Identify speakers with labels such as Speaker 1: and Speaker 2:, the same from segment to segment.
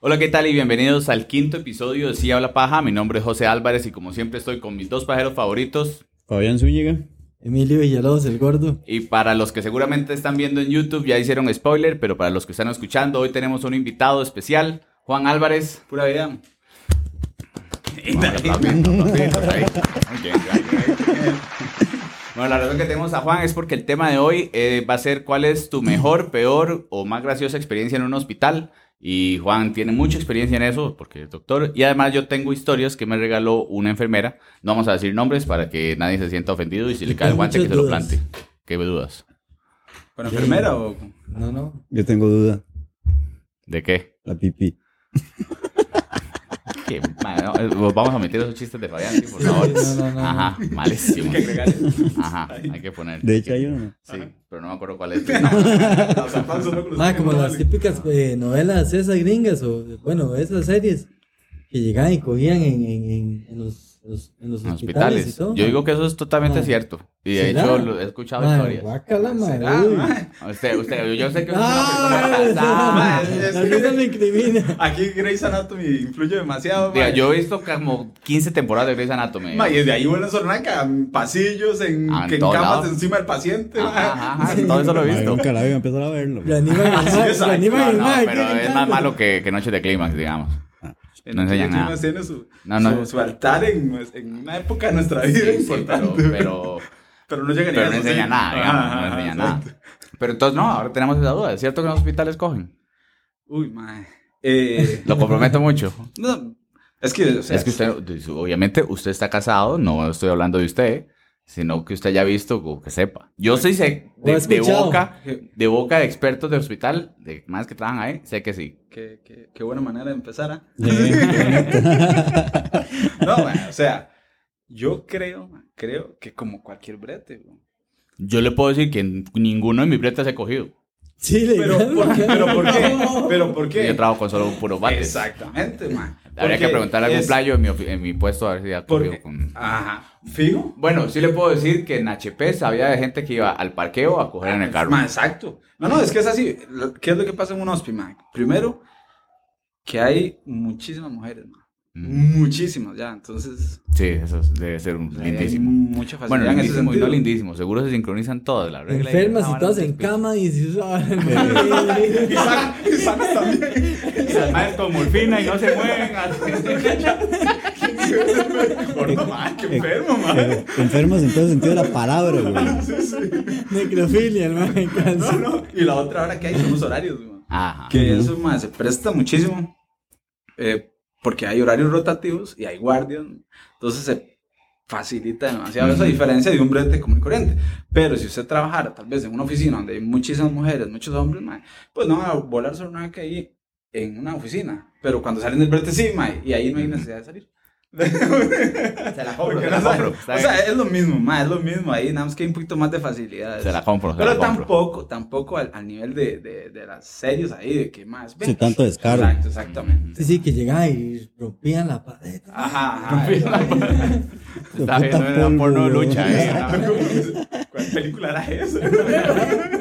Speaker 1: Hola, ¿qué tal? Y bienvenidos al quinto episodio de Sí Habla Paja. Mi nombre es José Álvarez y como siempre estoy con mis dos pajeros favoritos.
Speaker 2: Fabián Zúñiga.
Speaker 3: Emilio Villalobos, el gordo.
Speaker 1: Y para los que seguramente están viendo en YouTube, ya hicieron spoiler, pero para los que están escuchando, hoy tenemos un invitado especial, Juan Álvarez. Pura vida. Bueno, la razón que tenemos a Juan es porque el tema de hoy eh, va a ser cuál es tu mejor, peor o más graciosa experiencia en un hospital. Y Juan tiene mucha experiencia en eso, porque es doctor. Y además yo tengo historias que me regaló una enfermera. No vamos a decir nombres para que nadie se sienta ofendido y si le cae el guante que
Speaker 3: Muchas
Speaker 1: se lo
Speaker 3: dudas.
Speaker 1: plante. ¿Qué dudas?
Speaker 4: ¿Con enfermera o...?
Speaker 3: No, no.
Speaker 2: Yo tengo duda.
Speaker 1: ¿De qué?
Speaker 2: La pipí.
Speaker 1: Que, madre, no, eh, vamos a meter esos chistes de Fabián, sí, por favor.
Speaker 3: no, no, no.
Speaker 1: Ajá, malísimo.
Speaker 4: que agregar eso.
Speaker 1: Ajá, hay que poner.
Speaker 2: De hecho, hay una.
Speaker 1: Sí, pero no me acuerdo cuál es.
Speaker 4: Los zapatos no con los
Speaker 3: Ma,
Speaker 4: que
Speaker 3: Ah, como
Speaker 4: no
Speaker 3: las
Speaker 4: valen.
Speaker 3: típicas eh, novelas esas gringas o, bueno, esas series que llegaban y cogían en, en, en- en los, los- en los
Speaker 1: En
Speaker 3: hospitales, y
Speaker 1: hospitales.
Speaker 3: todo.
Speaker 1: Yo digo que eso es totalmente
Speaker 3: Ah.
Speaker 1: cierto. Y de
Speaker 3: ¿Será?
Speaker 1: hecho lo he escuchado
Speaker 3: Ma,
Speaker 1: historias.
Speaker 3: guácala, ma,
Speaker 4: ¿Será,
Speaker 3: uy.
Speaker 4: ma?
Speaker 1: Usted, usted, yo sé que usted
Speaker 3: Ah,
Speaker 1: es una persona
Speaker 3: ma,
Speaker 1: casada.
Speaker 4: es-
Speaker 3: a mí no me incrimina.
Speaker 4: Aquí Grey's Anatomy influye demasiado,
Speaker 1: Diga,
Speaker 4: ma.
Speaker 1: yo he visto como 15 temporadas de Grey's Anatomy.
Speaker 4: Ma, y desde ahí vuelan Sornaca, en pasillos, en,
Speaker 1: Ah, en
Speaker 4: que en
Speaker 1: todo
Speaker 4: camas
Speaker 1: lado.
Speaker 4: encima del paciente, este ma.
Speaker 1: Ajá, ajá, ajá, todo eso lo he
Speaker 2: Madre,
Speaker 1: visto. Ah,
Speaker 2: Nunca la veo, empezar a verlo.
Speaker 3: Reaniman el
Speaker 4: Sí,
Speaker 3: ma,
Speaker 4: exacto,
Speaker 3: reaniman
Speaker 1: No,
Speaker 3: el
Speaker 1: no,
Speaker 3: ma,
Speaker 1: pero
Speaker 3: ¿qué
Speaker 1: es más
Speaker 3: le
Speaker 1: malo que, que Noche de Clímax, digamos. No enseña
Speaker 4: Chino
Speaker 1: nada.
Speaker 4: tiene su,
Speaker 1: No, no.
Speaker 4: su- su altar en, en una época de nuestra vida
Speaker 1: Sí, sí, pero,
Speaker 4: importante.
Speaker 1: pero,
Speaker 4: Pero no llega ni
Speaker 1: pero
Speaker 4: a
Speaker 1: no
Speaker 4: eso,
Speaker 1: enseña
Speaker 4: sí.
Speaker 1: nada, digamos,
Speaker 4: Ajá,
Speaker 1: no enseña
Speaker 4: exacto.
Speaker 1: nada. Pero entonces no, ahora tenemos esa duda. ¿Es cierto que en los hospitales cogen?
Speaker 4: Uy, ma. Eh,
Speaker 1: Lo comprometo mucho.
Speaker 4: no, es que, o sea,
Speaker 1: es que usted, obviamente, usted está casado, no estoy hablando de usted, sino que usted haya visto o que sepa. Yo sí sé,
Speaker 3: Lo he
Speaker 1: de, de
Speaker 3: escuchado.
Speaker 1: boca,
Speaker 4: qué-
Speaker 1: de boca de expertos de hospital, de más que trabajan ahí, sé que sí.
Speaker 4: qué- qué- qué buena manera de empezar, ¿ah?
Speaker 2: Sí.
Speaker 4: No, ma, o sea, yo creo, ma, creo que como cualquier brete, bro.
Speaker 1: Yo le puedo decir que n- ninguno de mis bretas he cogido.
Speaker 3: Sí, le
Speaker 4: Pero, ¿por qué? ¿Pero por qué? ¿Pero por
Speaker 1: Yo
Speaker 4: qué?
Speaker 1: trabajo con solo un puro bate.
Speaker 4: Exactamente, man.
Speaker 1: Habría que preguntar a algún playo en mi, ofi- en mi puesto a ver si ha cogido
Speaker 4: Porque,
Speaker 1: con...
Speaker 4: ajá, fijo.
Speaker 1: Bueno, sí le puedo decir que en HP sabía de gente que iba al parqueo a coger en el carro.
Speaker 4: Ah, Ma, exacto. No, no, es que es así. Lo- ¿Qué es lo que pasa en un hospi, man? Primero, que hay muchísimas mujeres, man.
Speaker 1: Mm,
Speaker 4: Muchísimas, ya. Entonces,
Speaker 1: Sí, eso es- debe ser un
Speaker 4: hay
Speaker 1: lindísimo.
Speaker 4: mucha facilidad
Speaker 1: Bueno,
Speaker 4: en ese
Speaker 1: lindísimo y no
Speaker 4: sentido.
Speaker 1: lindísimo. Seguro se sincronizan todas las reglas.
Speaker 3: Enfermas y todas en cama y "Ah, se
Speaker 4: Y sanas- y sanas también.
Speaker 1: Las madres con Ah, morfina y no se mueven.
Speaker 4: Gordo, man, qué enfermo, man.
Speaker 2: Eh, Enfermos en todo sentido de la palabra, güey.
Speaker 4: Sí, sí.
Speaker 3: necrofilia, el ma, me
Speaker 4: No,
Speaker 3: encanta.
Speaker 4: no. Y la otra hora que hay son los horarios, man.
Speaker 1: Ajá.
Speaker 4: Que eso, más se presta muchísimo. eh, porque hay horarios rotativos y hay guardias. ¿no? Entonces se facilita demasiado esa
Speaker 1: Ujú.
Speaker 4: diferencia de un brete común y corriente. Pero si usted trabajara tal vez en una oficina donde hay muchísimas mujeres, muchos hombres, mae, pues no van a volar sobre una que ahí en una oficina. Pero cuando salen del brete, sí, mae, y ahí no hay necesidad de salir.
Speaker 1: Se la se
Speaker 4: Porque no
Speaker 1: la
Speaker 4: saben.
Speaker 1: compro.
Speaker 4: o sea, es lo mismo, mae, es lo mismo. Ahí nada más que hay un poquito más de facilidad.
Speaker 1: Se la compro, se
Speaker 4: Pero
Speaker 1: la compro.
Speaker 4: tampoco, tampoco al, al nivel de, de, de las series ahí, de que más.
Speaker 2: Sí, tanto descaro.
Speaker 4: Exacto, exactamente.
Speaker 3: Sí, sí, que llegaban y rompían la pared.
Speaker 4: Ah, Ajá, ajá.
Speaker 1: Está bien, no era
Speaker 2: Puta
Speaker 1: porno de
Speaker 2: polvo,
Speaker 1: lucha,
Speaker 2: güey.
Speaker 1: eh.
Speaker 4: ¿Cuál película era esa?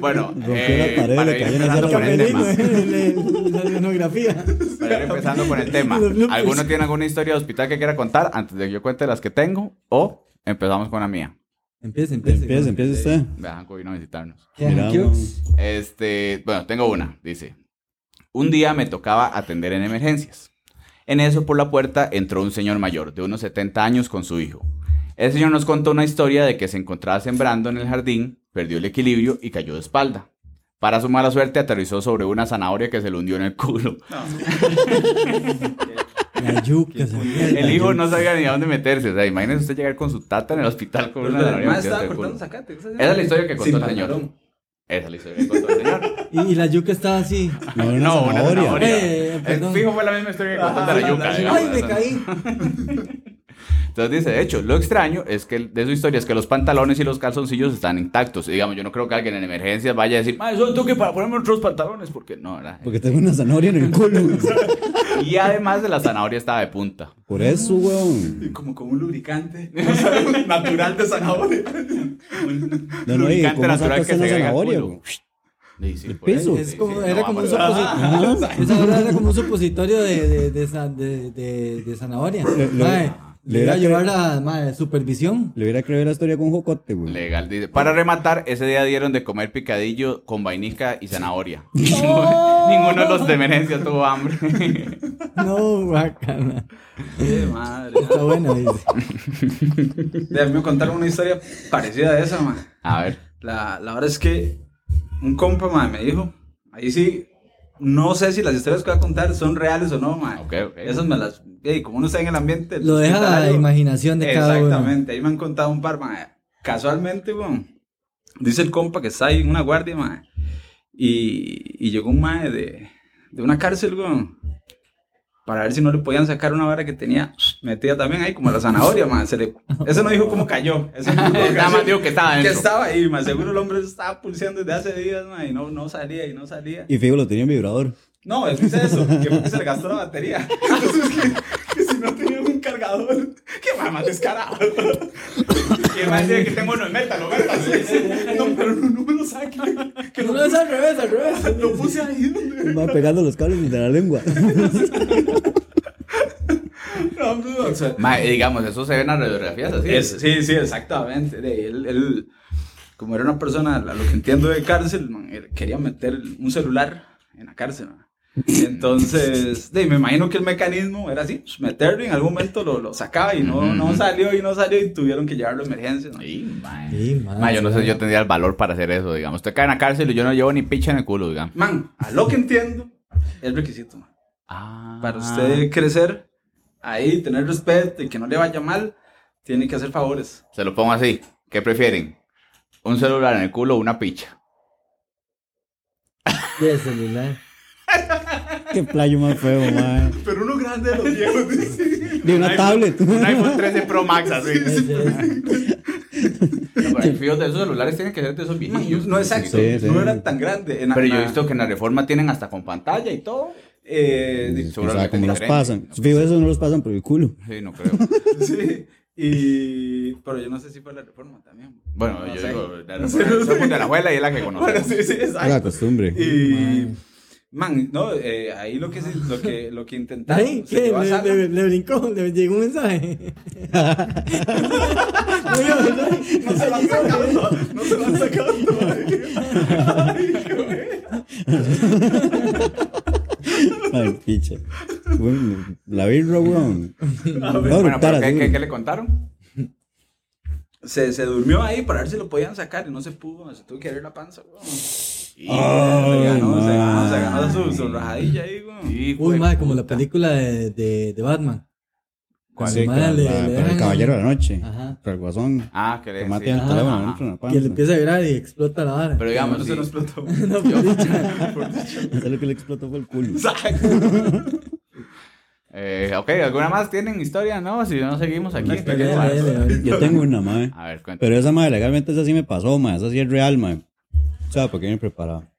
Speaker 1: Bueno,
Speaker 2: Rompió
Speaker 1: eh,
Speaker 2: la pared,
Speaker 1: para
Speaker 2: le
Speaker 1: ir
Speaker 2: cayó en la
Speaker 1: empezando
Speaker 2: sala
Speaker 1: con
Speaker 2: de
Speaker 1: el tema.
Speaker 3: Capelino, eh, le- la escenografía.
Speaker 1: Para ir empezando con el tema.
Speaker 3: Los bloopers.
Speaker 1: ¿Alguno tiene alguna historia de hospital que quiera contar antes de que yo cuente las que tengo? O empezamos con la mía.
Speaker 3: Empieza, empieza.
Speaker 2: Empieza, empieza usted.
Speaker 1: Vean, vino a visitarnos.
Speaker 3: Ya,
Speaker 2: Mira,
Speaker 3: ¿qué-
Speaker 2: vamos.
Speaker 1: Este, bueno, tengo una, dice. Un día me tocaba atender en emergencias. En eso por la puerta entró un señor mayor de unos 70 años con su hijo. El señor nos contó una historia de que se encontraba sembrando en el jardín, perdió el equilibrio y cayó de espalda. Para su mala suerte aterrizó sobre una zanahoria que se le hundió en el culo.
Speaker 3: La yuca, se mierda.
Speaker 1: El hijo no sabía ni a dónde meterse. O sea, imagínese usted llegar con su tata en el hospital con una zanahoria.
Speaker 4: Además
Speaker 1: metida hasta
Speaker 4: estaba
Speaker 1: el culo.
Speaker 4: cortando zacate. Esa
Speaker 1: Esa es la historia que
Speaker 4: Sin
Speaker 1: contó el señor.
Speaker 4: pantalón.
Speaker 1: Esa es la historia que contó el señor.
Speaker 3: Y, y la yuca estaba así.
Speaker 2: No, una
Speaker 1: No, una
Speaker 2: zanahoria.
Speaker 1: zanahoria.
Speaker 3: Eh,
Speaker 1: Eh,
Speaker 3: perdón.
Speaker 1: fijo fue la misma historia que contó
Speaker 4: Ajá,
Speaker 1: de la yuca.
Speaker 4: la-
Speaker 1: digamos,
Speaker 3: Ay, me
Speaker 1: ¿no?
Speaker 3: caí.
Speaker 1: Entonces dice, de hecho, lo extraño es que de su historia es que los pantalones y los calzoncillos están intactos. Y digamos, yo no creo que alguien en emergencia vaya a decir, "Ma, eso tengo que para ponerme otros pantalones, porque no, ¿verdad?
Speaker 2: Porque tengo una zanahoria en el culo. güey.
Speaker 1: Y además de la zanahoria estaba de punta.
Speaker 2: Por eso, weón.
Speaker 4: Y como con un lubricante o sea, natural de zanahoria.
Speaker 2: No, no, y
Speaker 1: Lubricante
Speaker 2: ¿cómo
Speaker 1: natural que
Speaker 2: sacaste una
Speaker 1: se agrega al
Speaker 2: zanahoria,
Speaker 1: culo.
Speaker 2: güey?
Speaker 1: Sí, sí,
Speaker 2: El
Speaker 1: por
Speaker 2: peso.
Speaker 1: eso,
Speaker 3: Es
Speaker 1: sí,
Speaker 3: como-
Speaker 1: sí,
Speaker 3: era
Speaker 1: no,
Speaker 3: como
Speaker 1: vamos,
Speaker 3: un
Speaker 1: ah,
Speaker 3: supositorio. Esa hora era como un supositorio de, de, de, za- de- de- de zanahoria.
Speaker 2: Le- lo-
Speaker 3: Mae,
Speaker 2: le
Speaker 3: le iba
Speaker 2: era
Speaker 3: a llevar a mae, supervisión.
Speaker 2: Le hubiera creído la historia con Jocote, güey.
Speaker 1: Legal, dice. Para rematar, ese día dieron de comer picadillo con vainica y zanahoria.
Speaker 3: Oh.
Speaker 1: Ninguno de los de emergencia tuvo hambre.
Speaker 3: No, bacana.
Speaker 4: Qué madre.
Speaker 3: Está buena, dice.
Speaker 4: De a mí me contaron una historia parecida a esa, ma.
Speaker 1: A ver.
Speaker 4: La, la verdad es que un compa, ma, me dijo, ahí sí, no sé si las historias que voy a contar son reales o no, ma.
Speaker 1: Ok, ok.
Speaker 4: Esas me las, ey, como uno está en el ambiente.
Speaker 3: Lo deja la
Speaker 4: hospitalario,
Speaker 3: imaginación de cada uno.
Speaker 4: Exactamente, ahí me han contado un par, ma. Casualmente, weón, dice el compa que está ahí en una guardia, ma. Y, y llegó un mae de, de una cárcel, weón. Para ver si no le podían sacar una vara que tenía metida también ahí, como la zanahoria, ma. Se le- eso no dijo cómo cayó. Eso no dijo cómo
Speaker 1: Eh, Nada
Speaker 4: cayó.
Speaker 1: más digo que estaba
Speaker 4: Que
Speaker 1: dentro.
Speaker 4: estaba ahí, más seguro el hombre estaba pulseando desde hace días, ma, y no, no salía, y no salía.
Speaker 2: Y fijo, lo tenía en vibrador.
Speaker 4: No, es eso, que fue que se le gastó la batería. Entonces, que, que si no tenía un cargador, que mamá descarado.
Speaker 1: Y el man dice que tengo uno, métalo, métalo.
Speaker 4: No, pero no, no me lo saquen. Que
Speaker 3: No,
Speaker 4: lo,
Speaker 3: no, es al revés, al revés.
Speaker 4: lo puse ahí. donde-
Speaker 2: Va pegando los cables entre la lengua.
Speaker 4: No, hombre, o sea,
Speaker 1: Ma, eh, digamos, eso se ve en las radiografías así.
Speaker 4: es- sí, sí, exactamente. De, él, él, como era una persona, a lo que entiendo de cárcel, man, él quería meter un celular en la cárcel. man. Entonces, de, me imagino que el mecanismo era así, meterlo y en algún momento lo, lo sacaba y no, no salió y no salió y tuvieron que llevarlo a emergencia. man.
Speaker 1: Sí, ma.
Speaker 3: Sí, ma.
Speaker 1: Ma, yo no sé si yo tendría el valor para hacer eso, digamos. Usted cae en la cárcel y yo no llevo ni picha en el culo, digamos.
Speaker 4: Man, a lo que entiendo, es requisito. man.
Speaker 1: Ah.
Speaker 4: Para usted crecer ahí, tener respeto y que no le vaya mal, tiene que hacer favores.
Speaker 1: Se lo pongo así. ¿Qué prefieren? ¿Un celular en el culo o una picha?
Speaker 3: Y el celular.
Speaker 2: Qué playo más feo, mae.
Speaker 4: Pero uno grande de los viejos.
Speaker 2: De una tablet.
Speaker 1: Un iPhone 13 Pro Max, así.
Speaker 3: Ese-
Speaker 1: No, pero el fío de esos celulares tienen que ser de esos viejillos.
Speaker 4: No exacto,
Speaker 2: Sí, sí.
Speaker 4: no era tan grande. En-
Speaker 1: Pero yo he
Speaker 4: na-
Speaker 1: visto que en la reforma tienen hasta con pantalla y todo.
Speaker 4: eh, di-
Speaker 2: O sea,
Speaker 1: Seguramente
Speaker 2: como los
Speaker 1: diferente.
Speaker 2: pasan. Fijo, esos no los pasan por el culo.
Speaker 1: Sí, no creo.
Speaker 4: sí, y, pero yo no sé si fue la reforma también.
Speaker 1: Bueno,
Speaker 4: No
Speaker 1: yo
Speaker 4: sé.
Speaker 1: digo, la,
Speaker 4: No sé, no sé.
Speaker 1: de la abuela y es la que conocemos.
Speaker 4: Bueno, sí, sí,
Speaker 2: Es la
Speaker 4: exacto.
Speaker 2: costumbre.
Speaker 4: Y, man, no, eh, ahí lo que, se- lo que, lo que intentaron.
Speaker 3: Ay,
Speaker 4: se
Speaker 3: ¿Qué?
Speaker 4: llevó a
Speaker 3: Le,
Speaker 4: sala.
Speaker 3: le- le brincó, le llegó un mensaje.
Speaker 4: No se lo han sacado, no se lo han sacado. Ay, qué bueno.
Speaker 2: Ay, picha. Bueno, la birra, weón. No,
Speaker 1: Bueno,
Speaker 2: cara,
Speaker 1: pero ¿qué,
Speaker 2: sí.
Speaker 1: qué- qué le contaron?
Speaker 4: Se, se durmió ahí para ver si lo podían sacar y no se pudo, se tuvo que abrir la panza, weón.
Speaker 1: Y,
Speaker 4: se ganó, se ganó, se
Speaker 2: man.
Speaker 4: ganó su, su rajadilla ahí, weón.
Speaker 1: y fue-
Speaker 3: Uy, madre, como la película de, de, de Batman. Cuando, madre,
Speaker 2: Sí, con
Speaker 3: le-
Speaker 2: la-
Speaker 3: le
Speaker 2: con el
Speaker 3: dejan-
Speaker 2: caballero de la noche.
Speaker 3: Ajá.
Speaker 2: Con el guasón.
Speaker 1: Ah, que le
Speaker 2: Que
Speaker 1: sí.
Speaker 2: mate al
Speaker 1: Ajá,
Speaker 2: teléfono,
Speaker 1: ajá.
Speaker 2: le entra en la panza.
Speaker 3: Que le empieza a vibrar y explota la vara.
Speaker 1: Pero
Speaker 4: No
Speaker 1: digamos,
Speaker 4: se
Speaker 1: sí.
Speaker 4: lo explotó.
Speaker 3: No, por dicha.
Speaker 2: Eso lo que le explotó fue el culo.
Speaker 1: Eh, ok, ¿alguna más tienen historia? No, si no seguimos aquí.
Speaker 3: Dele, dele, dele.
Speaker 2: Yo tengo una, mae.
Speaker 1: A ver, cuéntame.
Speaker 2: Pero esa madre legalmente esa sí me pasó, madre. Esa sí es real, madre. O sea, porque me preparaba.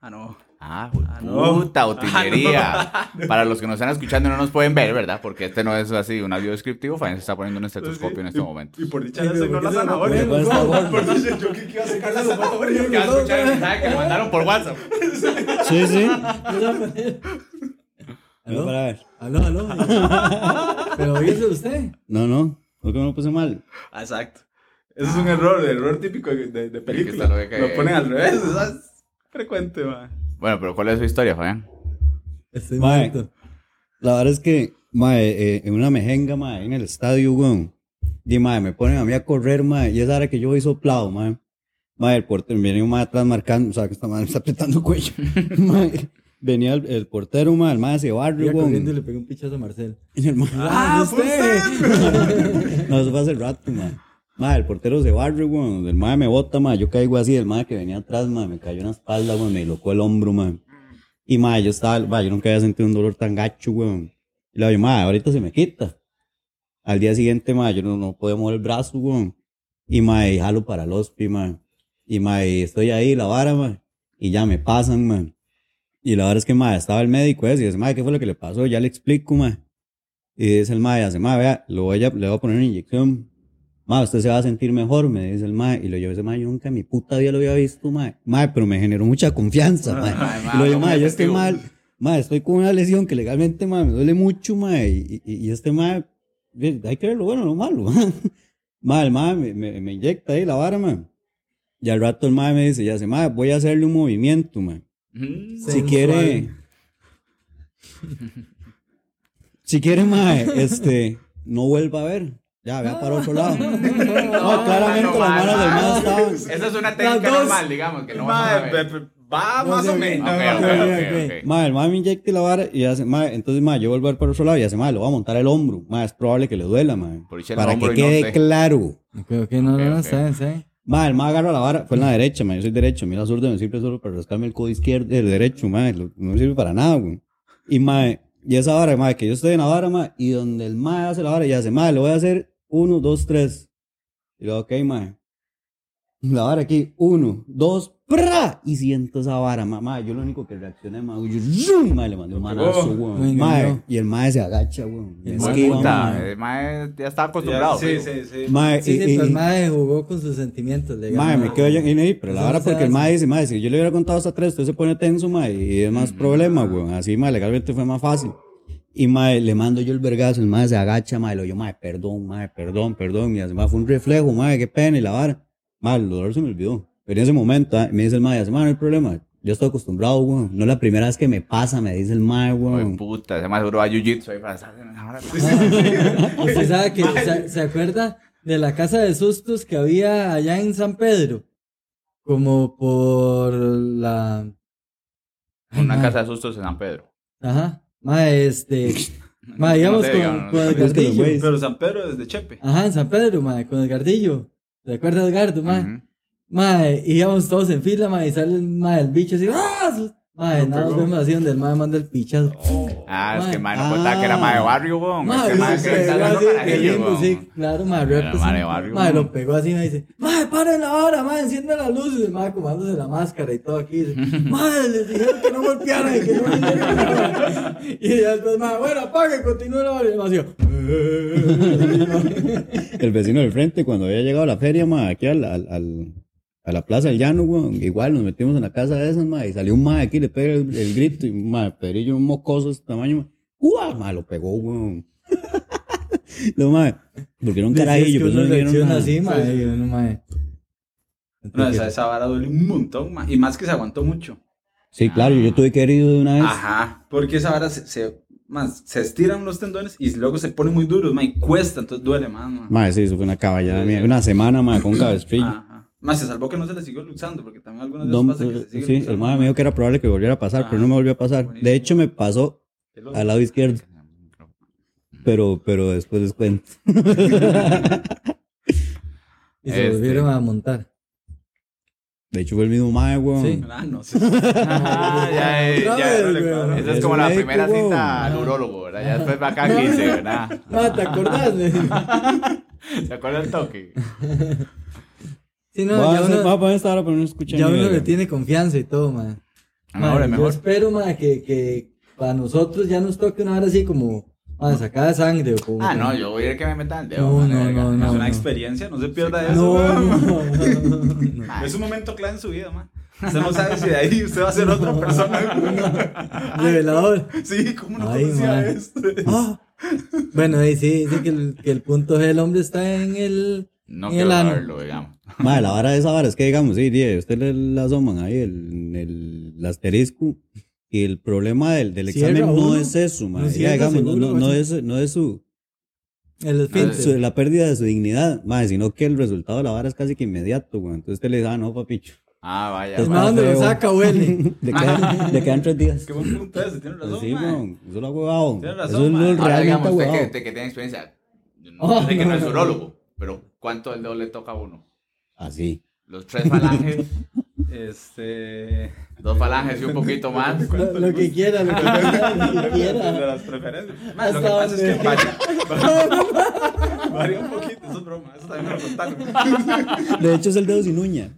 Speaker 4: Ah, no.
Speaker 1: Ah,
Speaker 4: no.
Speaker 1: puta utilería. Para los que nos están escuchando no nos pueden ver, ¿verdad? Porque este no es así un audio descriptivo. Fabián se está poniendo un estetoscopio en este
Speaker 4: Y-
Speaker 1: momento.
Speaker 4: Y por dicha
Speaker 3: Sí,
Speaker 4: ya
Speaker 3: pero
Speaker 4: se
Speaker 3: ¿por
Speaker 4: la
Speaker 3: qué se lo
Speaker 4: zanahoria.
Speaker 2: ponen?
Speaker 4: weón.
Speaker 2: ¿Cuál es
Speaker 4: Por dicha,
Speaker 2: la
Speaker 4: yo que que iba a sacar la zanahoria.
Speaker 1: Que vas a escuchar el mensaje que le mandaron por WhatsApp.
Speaker 2: Sí, sí.
Speaker 3: ¿Aló?
Speaker 2: No, para ver.
Speaker 3: Aló, aló. Pero fíjese usted.
Speaker 2: No, no. Fue que me lo puse mal.
Speaker 4: Ah, Exacto. Eso es un error, el error típico de, de- de película.
Speaker 1: se lo ve que- eh.
Speaker 4: Lo ponen al revés, eso es frecuente, man.
Speaker 1: Bueno, pero ¿cuál es su historia, Fabián?
Speaker 3: Estoy
Speaker 2: Mae.
Speaker 3: muerto.
Speaker 2: La verdad es que, madre, eh, en una mejenga, madre, en el estadio, weón. Y, madre, me ponen a mí a correr, madre. Y esa hora que yo voy soplado, madre. Madre, el portero, venía un madre atrás marcando. O sea, que esta madre me está apretando el cuello. Madre, venía el, el portero, madre. El madre se barrio,
Speaker 3: Iba corriendo y
Speaker 2: weón.
Speaker 3: le pegó un pichazo a Marcel.
Speaker 2: Y el mae-
Speaker 3: Ah,
Speaker 4: fue usted.
Speaker 2: No, eso fue hace rato, man. Madre, el portero se barre, weón. El madre me bota, madre. Yo caigo así, el madre que venía atrás, madre, me cayó en la espalda, weón. Me locó el hombro, man. Y, madre, yo estaba, madre, yo nunca había sentido un dolor tan gacho, weón. Y le digo, madre, ahorita se me quita. Al día siguiente, madre, yo no, no podía mover el brazo, weón. Y, madre, jalo para el hospi, man. Y, madre, estoy ahí, la vara, man. Y ya me pasan, man. Y la verdad es que, madre, estaba el médico ese y dice, madre, ¿qué fue lo que le pasó? Ya le explico, madre. Y dice el madre, hace, madre, vea, lo voy a, le voy a poner una inyección. Ma, usted se va a sentir mejor, me dice el mae. Y lo llevo ese mae, yo nunca en mi puta vida lo había visto, mae. Mae, pero me generó mucha confianza, mae.
Speaker 1: Ay, mae,
Speaker 2: Y lo llevo,
Speaker 1: muy
Speaker 2: mae, yo estoy
Speaker 1: efectivo.
Speaker 2: mal. Mae, estoy con una lesión que legalmente, mae, me duele mucho, mae. Y, y- y este mae, eh, hay que ver lo bueno, lo malo, mae. Mae, el mae me, me- me inyecta ahí la vara, mae. Y al rato el mae me dice, ya se, mae, voy a hacerle un movimiento, mae.
Speaker 1: Mm.
Speaker 2: Si quiere. si quiere, mae, este, no vuelva a ver. Ya, vea para otro lado. No, claramente
Speaker 1: no,
Speaker 2: las manos del mae
Speaker 1: mae.
Speaker 2: estaban.
Speaker 1: Esa es una técnica
Speaker 3: dos.
Speaker 1: normal, digamos, que no vamos a
Speaker 4: Mae,
Speaker 1: ver.
Speaker 4: pe- pe- va
Speaker 3: No
Speaker 4: más
Speaker 3: sé,
Speaker 4: o
Speaker 3: güey.
Speaker 4: menos.
Speaker 1: Ok,
Speaker 3: no,
Speaker 1: ok,
Speaker 3: no,
Speaker 1: ok,
Speaker 3: no,
Speaker 1: ok.
Speaker 2: Mae, el mae me inyecta y la vara y hace, mae, entonces, mae, yo vuelvo a ver para otro lado y hace, mae, lo va a montar el hombro. Mae, es probable que le duela, mae.
Speaker 1: Por echar el
Speaker 2: Para
Speaker 1: hombro
Speaker 2: que
Speaker 1: y no
Speaker 2: quede
Speaker 1: te-
Speaker 2: claro.
Speaker 3: Ok, ok, no, no, no,
Speaker 1: ok.
Speaker 3: está bien, está bien.
Speaker 2: Mae, el mae agarra la vara, fue en la derecha, mae, yo soy derecho, mira la zurda me sirve solo para rascarme el codo izquierdo, el derecho, mae, lo- no me sirve para nada, güey. Y mae, y esa vara, mae, que yo estoy en la vara, mae, y donde el mae hace la vara, y hace, mae, le voy a hacer uno, dos, tres. Y luego, ok, mae. La vara aquí, uno, dos, ¡pra! Y siento esa vara, mamá. Yo lo único que reaccioné, mae, yo, ¡zum! mae, le mandé un manazo, güey.
Speaker 3: Venga,
Speaker 2: Mae,
Speaker 3: no.
Speaker 2: y el mae se agacha, güey.
Speaker 3: El
Speaker 1: Hijo de
Speaker 3: Es que,
Speaker 1: puta, eh,
Speaker 3: mae.
Speaker 1: el mae ya está acostumbrado.
Speaker 4: Sí,
Speaker 1: fijo.
Speaker 4: sí, sí.
Speaker 2: Mae,
Speaker 3: Sí, pues,
Speaker 2: y-
Speaker 3: sí,
Speaker 2: y-
Speaker 3: pero el
Speaker 2: y-
Speaker 3: mae jugó con sus sentimientos. digamos.
Speaker 2: Mae, me quedo yo en ahí, pero la
Speaker 3: Eso
Speaker 2: vara
Speaker 3: no se
Speaker 2: porque el
Speaker 3: hace.
Speaker 2: mae dice, mae, si yo le hubiera contado hasta tres, usted se pone tenso, mae, y es más problema, weón. Así, mae, legalmente fue más fácil. Y mae, le mando yo el vergazo, el mae se agacha, mae, lo yo, mae, perdón, mae, perdón, perdón. Y así, mae, fue un reflejo, mae, qué pena, y la vara. Mae, el dolor se me olvidó. Pero en ese momento, ah, me dice el mae, así, mae, no hay problema. Yo estoy acostumbrado, weón. No es la primera vez que me pasa, me dice el mae,
Speaker 1: Hijo de
Speaker 2: weón.
Speaker 1: puta, ese mae seguro va a jiu-jitsu ahí para ahora-
Speaker 3: Usted sabe que se, se acuerda de la casa de sustos que había allá en San Pedro, como por la. Ay,
Speaker 1: Una
Speaker 3: mae,
Speaker 1: casa de sustos en San Pedro.
Speaker 3: Ajá. Mae, este. Mae, íbamos
Speaker 1: sé,
Speaker 3: con,
Speaker 1: digamos, no
Speaker 3: con
Speaker 1: sé.
Speaker 3: el
Speaker 2: Es que los
Speaker 3: Gardillo.
Speaker 2: güeyes-
Speaker 4: Pero San Pedro desde Chepe.
Speaker 3: Ajá, en San Pedro, mae, con el Gardillo. ¿Te acuerdas, Edgardo, mae?
Speaker 1: Ujú.
Speaker 3: Mae, íbamos todos en fila, mae, y sale el, mae, el bicho así. ¡Ah! Mae, nada, nos vemos así donde el mae manda el pichazo.
Speaker 1: Ah, es que mae, no
Speaker 2: Ah.
Speaker 1: contaba que era mae de barrio, weón. Es
Speaker 3: Mae,
Speaker 1: que
Speaker 3: lo
Speaker 1: mae que
Speaker 3: pegó
Speaker 1: está hablando
Speaker 3: así,
Speaker 1: para ellos,
Speaker 3: el gringo,
Speaker 1: weón.
Speaker 3: sí, claro, mae,
Speaker 1: Era
Speaker 3: represent-
Speaker 1: madre barrio,
Speaker 3: mae,
Speaker 1: ¿no?
Speaker 3: lo pegó así, me dice, mae, paren la hora, mae, enciende las luces, el mae, acomodándose la máscara y todo aquí, dice, mae, les dijeron que no golpearan, que no golpearan, mae. y después, mae, bueno, apague, continúe la hora, y el mae hacía,
Speaker 2: El vecino del frente, cuando había llegado a la feria, ma, aquí al, al- al- a la plaza del llano, weón, igual nos metimos en la casa de esas, ma, y salió un ma aquí, le pega el, el grito, y ma, Pedrillo, un mocoso de este tamaño, ma, ¡guau! ma, lo pegó, weón. Lo ma, porque era un carajillo,
Speaker 3: que
Speaker 2: pero
Speaker 3: uno
Speaker 2: no le dieron
Speaker 3: reacciona
Speaker 2: nada.
Speaker 3: así, mae, y uno, mae,
Speaker 4: No, esa, esa vara duele un montón, ma, y más que se aguantó mucho.
Speaker 2: Sí, claro, yo tuve que herido de una vez.
Speaker 3: Ah.
Speaker 4: Ajá, porque esa vara se, se, más, se estiran los tendones y luego se ponen muy duros, ma, y cuesta, entonces duele más, ma.
Speaker 2: Ma, sí, eso fue una caballada mía, una semana, ma,
Speaker 3: Ah.
Speaker 2: con un cabestrillo.
Speaker 4: Ajá. Más se salvó que no se le siguió luxando, porque también algunas veces
Speaker 2: No, eh,
Speaker 4: pasa que se sigue
Speaker 2: sí, el
Speaker 4: luxando,
Speaker 2: ma me dijo que era probable que volviera a pasar, pero no me volvió a pasar. De hecho, me pasó
Speaker 4: que lo-
Speaker 2: al lado izquierdo. Pero, pero después les cuento.
Speaker 3: y se
Speaker 1: Este.
Speaker 3: volvieron a montar.
Speaker 2: De hecho, fue el mismo mae, weón.
Speaker 3: Sí.
Speaker 4: Ah, no, sí.
Speaker 1: Ajá, ya, eh,
Speaker 3: Otra
Speaker 1: ya,
Speaker 3: vez,
Speaker 1: no le
Speaker 3: weón.
Speaker 1: cuadro. Esa es
Speaker 2: Es
Speaker 1: como la
Speaker 2: médico,
Speaker 1: primera
Speaker 2: weón.
Speaker 1: cita al urólogo, ¿verdad? Ya después va acá 15, ¿verdad?
Speaker 3: Mae, "Ah, ¿te acordás?
Speaker 1: ¿Se acuerdan el toque?
Speaker 3: Sí, no,
Speaker 2: Voy a
Speaker 3: ya
Speaker 2: hacer-
Speaker 3: uno-
Speaker 2: voy a poner esta hora, pero no escuché
Speaker 3: Ya
Speaker 2: ni
Speaker 3: uno
Speaker 2: verga.
Speaker 3: le tiene confianza y todo, man.
Speaker 2: Ah,
Speaker 1: Ahora es
Speaker 3: Yo
Speaker 1: mejor.
Speaker 3: espero, man, que, que para nosotros ya nos toque una hora así como, man, sacada de sangre o como...
Speaker 1: Ah, no, yo voy a ir que me metan el dedo.
Speaker 3: No,
Speaker 1: madre,
Speaker 3: no,
Speaker 1: verga.
Speaker 3: no,
Speaker 4: Es
Speaker 3: no.
Speaker 4: una experiencia, no se pierda eso.
Speaker 3: No,
Speaker 4: weón.
Speaker 3: no, no, no.
Speaker 1: Ay,
Speaker 4: Es un momento clave en su vida, man. Usted no sabe si de ahí usted va a ser otra persona.
Speaker 3: Revelador.
Speaker 4: Sí, ¿cómo no
Speaker 3: Ay,
Speaker 4: conocía este?
Speaker 3: man.
Speaker 4: esto?
Speaker 3: Ah. Bueno, ahí sí, dice que el, que el punto G del hombre está en el...
Speaker 1: No
Speaker 3: en
Speaker 1: quiero
Speaker 3: el ano.
Speaker 1: saberlo, digamos.
Speaker 2: Madre, la vara de esa vara es que, digamos, sí, die, usted le, le asoman ahí el, el, el asterisco. Y el problema del, del
Speaker 3: Cierra
Speaker 2: examen no
Speaker 3: uno,
Speaker 2: es eso, madre.
Speaker 3: no
Speaker 2: ya,
Speaker 3: cierra
Speaker 2: digamos, no,
Speaker 3: seguro,
Speaker 2: no- no
Speaker 3: así.
Speaker 2: es, no es su,
Speaker 3: El esfínter.
Speaker 2: su- la pérdida de su dignidad, madre, sino que el resultado de la vara es casi que inmediato, güey. Entonces usted le dice, ah, no, papicho.
Speaker 1: Ah, vaya.
Speaker 2: Es
Speaker 3: Es
Speaker 1: vaya.
Speaker 3: más, donde lo
Speaker 2: feo.
Speaker 3: saca huele.
Speaker 2: Le quedan, le quedan tres días.
Speaker 4: Qué buen punto ese, tiene
Speaker 3: Pues
Speaker 4: razón,
Speaker 2: Sí,
Speaker 4: man.
Speaker 2: güey, eso lo ha huevado.
Speaker 4: Tiene razón,
Speaker 2: Eso es
Speaker 4: madre.
Speaker 2: lo
Speaker 1: Ahora,
Speaker 2: realmente
Speaker 1: digamos, usted que,
Speaker 2: huevado.
Speaker 1: usted que tiene experiencia, yo no
Speaker 3: Oh,
Speaker 1: sé que no,
Speaker 3: no,
Speaker 1: es
Speaker 3: no.
Speaker 1: urólogo, pero ¿cuánto del dedo le toca a uno?
Speaker 2: Así.
Speaker 1: Los tres falanges,
Speaker 4: Este.
Speaker 1: dos falanges y un poquito más.
Speaker 3: Lo, lo que quiera, lo que quiera, lo que
Speaker 4: De
Speaker 3: quiera.
Speaker 4: las preferencias. Man, lo
Speaker 3: Hasta
Speaker 4: que pasa es
Speaker 3: dónde.
Speaker 4: que varía. Varía un poquito, eso es broma. Eso también me lo contaron.
Speaker 2: De hecho, es el dedo sin uña.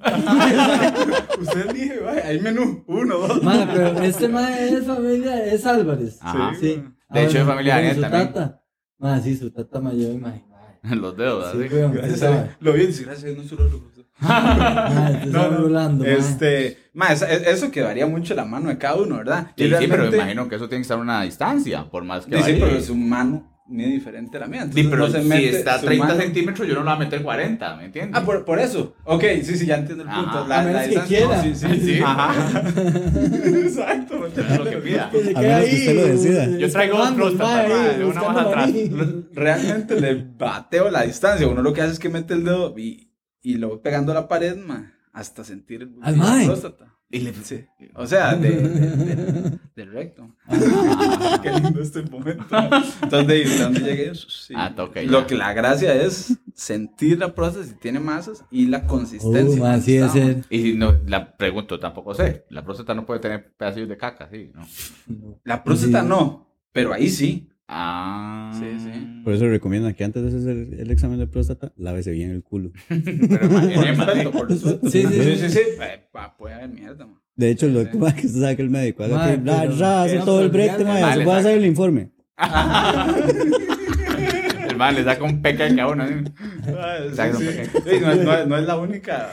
Speaker 4: Usted dije, vaya, hay menú. Uno, dos.
Speaker 3: Man, pero este man es familia, es Álvarez.
Speaker 1: Ajá.
Speaker 3: Sí.
Speaker 1: De hecho, es familia de
Speaker 3: pero
Speaker 1: Daniel
Speaker 3: su
Speaker 1: también.
Speaker 3: Tata. Ma, sí, su tata mayor, imagínate.
Speaker 1: Los dedos,
Speaker 3: Sí,
Speaker 1: así.
Speaker 3: weón,
Speaker 4: Gracias
Speaker 3: usted
Speaker 4: a-
Speaker 3: sabe.
Speaker 4: Lo vi y dice, gracias a Dios, no es solo lo-
Speaker 3: Mae, usted
Speaker 4: No,
Speaker 3: sabe
Speaker 4: no,
Speaker 3: Rolando, mae.
Speaker 4: Este, ma, es- es- eso que varía mucho la mano de cada uno, ¿verdad?
Speaker 1: Sí, sí, pero me
Speaker 4: realmente-
Speaker 1: imagino que eso tiene que estar a una distancia, por más que
Speaker 4: Sí, sí,
Speaker 1: varíe.
Speaker 4: pero su mano muy diferente a la mía.
Speaker 1: Sí,
Speaker 4: entonces
Speaker 1: pero
Speaker 4: no se
Speaker 1: si
Speaker 4: mete
Speaker 1: está a
Speaker 4: su
Speaker 1: 30
Speaker 4: mano-
Speaker 1: centímetros, yo no la voy a meter 40, ¿me entiendes?
Speaker 4: Ah, por, por eso. Ok, sí, sí, ya entiendo el
Speaker 1: Ajá.
Speaker 4: punto.
Speaker 3: A menos que
Speaker 4: distancia-
Speaker 3: quiera.
Speaker 4: Sí, sí,
Speaker 1: Sí,
Speaker 4: sí.
Speaker 1: Ajá.
Speaker 4: Exacto.
Speaker 1: Es lo que pida.
Speaker 3: Que se
Speaker 2: A
Speaker 3: quede
Speaker 2: menos que
Speaker 3: ahí,
Speaker 2: usted lo decida.
Speaker 3: eh,
Speaker 1: Yo traigo
Speaker 3: buscando,
Speaker 1: dos próstatas,
Speaker 3: mae,
Speaker 1: mae,
Speaker 3: ahí,
Speaker 1: una más
Speaker 3: buscando
Speaker 1: atrás.
Speaker 3: maní.
Speaker 4: Realmente le bateo la distancia. Uno lo que hace es que mete el dedo y, y lo voy pegando a la pared, ma, hasta sentir el
Speaker 3: Al mae.
Speaker 4: próstata.
Speaker 1: Y le-
Speaker 4: Sí. O sea, de, de- de- del recto.
Speaker 1: Ah.
Speaker 4: Qué lindo este momento. Entonces, ¿de dónde llegué? Sí.
Speaker 1: Ah, toca ya.
Speaker 4: Lo que la gracia es sentir la próstata si tiene masas y la
Speaker 3: Uh,
Speaker 4: consistencia.
Speaker 3: mae, así debe
Speaker 4: Está,
Speaker 3: ser.
Speaker 1: Y si no, la pregunto, tampoco sé. La próstata no puede tener pedacillos de caca, sí, ¿no?
Speaker 4: La próstata
Speaker 3: Sí.
Speaker 4: no, pero ahí sí.
Speaker 1: Ah.
Speaker 4: Sí, sí.
Speaker 2: Por eso recomiendan que antes de hacer el, el examen de próstata, lávese bien el culo.
Speaker 1: Pero
Speaker 4: Por
Speaker 1: imagínate,
Speaker 4: respeto, por respeto.
Speaker 3: Sí, sí, sí.
Speaker 4: Eh, pa, puede haber mierda, man.
Speaker 2: De hecho, lo
Speaker 4: Sí.
Speaker 2: que que usted sabe que el médico haga
Speaker 3: Mae,
Speaker 2: que ra,
Speaker 3: pero-
Speaker 2: ra, hace
Speaker 3: no,
Speaker 2: todo
Speaker 3: pero
Speaker 2: el brete,
Speaker 3: olvídate.
Speaker 2: mae,
Speaker 1: Mae,
Speaker 2: se
Speaker 1: le
Speaker 2: puede
Speaker 1: saca.
Speaker 2: hacer el informe.
Speaker 1: El man le saca un peca de cada uno. así.
Speaker 3: Ah,
Speaker 1: Exacto,
Speaker 4: Sí,
Speaker 1: perfecto.
Speaker 4: sí, no, es- no es- no es la única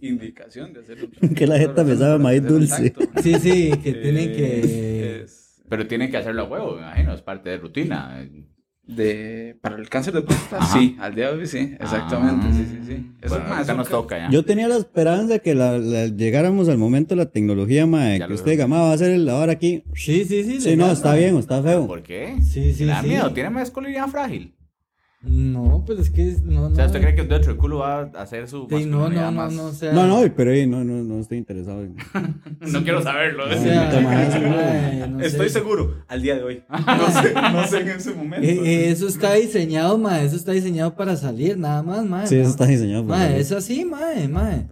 Speaker 4: indicación de hacer un-
Speaker 2: Que la jeta me sabe maíz
Speaker 4: hacer un
Speaker 2: dulce.
Speaker 4: tacto.
Speaker 3: Sí, sí, que
Speaker 4: Eh,
Speaker 3: tiene que.
Speaker 4: es
Speaker 1: Pero tiene que hacerlo a huevo, me imagino. Es parte de rutina.
Speaker 4: de, para el cáncer de próstata,
Speaker 1: Ajá.
Speaker 4: sí, al día de hoy sí, exactamente,
Speaker 1: Ah.
Speaker 4: sí, sí, sí. Eso
Speaker 1: bueno,
Speaker 4: es más,
Speaker 1: ahorita nos toca ya.
Speaker 2: Yo tenía la esperanza que la, la- llegáramos al momento de la tecnología, mae,
Speaker 1: Ya
Speaker 2: que
Speaker 1: lo
Speaker 2: usted
Speaker 1: veo.
Speaker 2: diga, mae, va a hacer el ahora aquí.
Speaker 3: Sí, sí, sí.
Speaker 2: Sí, no,
Speaker 3: legal,
Speaker 2: está
Speaker 3: mae.
Speaker 2: bien o está feo.
Speaker 1: ¿Por qué?
Speaker 3: Sí, sí,
Speaker 1: ¿Le da
Speaker 3: sí.
Speaker 1: miedo? ¿Tiene masculinidad frágil?
Speaker 3: No, pues es que. es- No, no.
Speaker 1: O sea, ¿usted cree que dentro del culo va a hacer su
Speaker 3: Sí, no,
Speaker 1: masculinidad
Speaker 3: no, no,
Speaker 1: más?
Speaker 3: no, o sea.
Speaker 2: No, no, pero eh, no, no, no estoy interesado. en-
Speaker 1: No quiero saberlo.
Speaker 4: ¿eh?
Speaker 3: O
Speaker 2: No,
Speaker 3: sea,
Speaker 2: puta madre,
Speaker 3: mae, no
Speaker 4: Estoy
Speaker 3: sé.
Speaker 4: seguro, al día de hoy. No sé, no sé en ese momento.
Speaker 3: Eh, eh, eso está diseñado, mae. Eso está diseñado para salir, nada más, mae.
Speaker 2: Sí,
Speaker 3: Ah, ¿no?
Speaker 2: eso está diseñado. para
Speaker 3: Mae,
Speaker 2: mí.
Speaker 3: es así, mae, mae.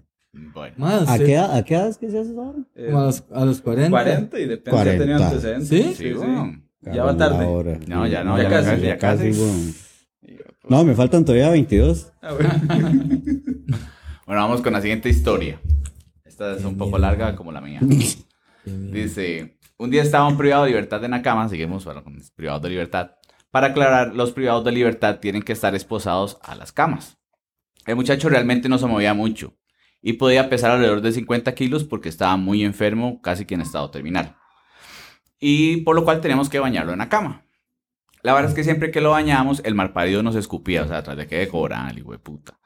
Speaker 1: Bueno.
Speaker 3: Mae,
Speaker 2: ¿A
Speaker 3: usted-
Speaker 2: qué, edad- ¿A qué edad es que se hace eso ahora?
Speaker 4: Eh,
Speaker 3: como A los, a los 40.
Speaker 4: 40 y depende si ha tenido
Speaker 2: 40.
Speaker 4: antecedentes.
Speaker 3: ¿Sí?
Speaker 1: Sí, bueno.
Speaker 4: Ya va tarde.
Speaker 2: Ahora.
Speaker 1: No, ya no,
Speaker 4: Ya
Speaker 1: ya,
Speaker 4: casi,
Speaker 1: casi, ya
Speaker 2: ya
Speaker 1: casi.
Speaker 2: casi, weón. No, me faltan todavía 22.
Speaker 4: Ah, bueno.
Speaker 1: Bueno, vamos con la siguiente historia. Esta es un poco larga como la mía.
Speaker 3: Qué miedo.
Speaker 1: Dice, un día estaba un privado de libertad en la cama, seguimos ahora con los privados de libertad. Para aclarar, los privados de libertad tienen que estar esposados a las camas. El muchacho realmente no se movía mucho y podía pesar alrededor de 50 kilos porque estaba muy enfermo, casi que en estado terminal. Y por lo cual teníamos que bañarlo en la cama. La verdad es que siempre que lo bañábamos, el malparido nos escupía, o sea, tras de que de cobrar, hijo de puta.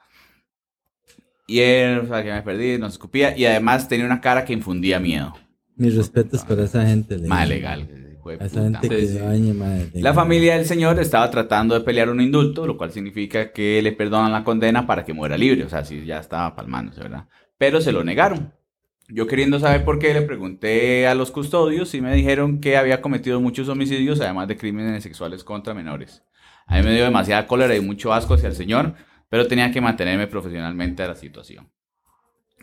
Speaker 1: Y él, o sea, que me perdí, nos escupía y además tenía una cara que infundía miedo.
Speaker 3: Mis respetos para esa gente. le
Speaker 1: Más
Speaker 3: digo.
Speaker 1: legal. Eh, hijo de
Speaker 3: A esa
Speaker 1: puta.
Speaker 3: gente que
Speaker 4: Sí, sí.
Speaker 3: bañe, mae.
Speaker 1: La
Speaker 3: legal.
Speaker 1: familia del señor estaba tratando de pelear un indulto, lo cual significa que le perdonan la condena para que muera libre. O sea, sí, ya estaba palmándose, ¿verdad? Pero se lo negaron. Yo queriendo saber por qué, le pregunté a los custodios y me dijeron que había cometido muchos homicidios, además de crímenes sexuales contra menores. A mí me dio demasiada cólera y mucho asco hacia el señor, pero tenía que mantenerme profesionalmente a la situación.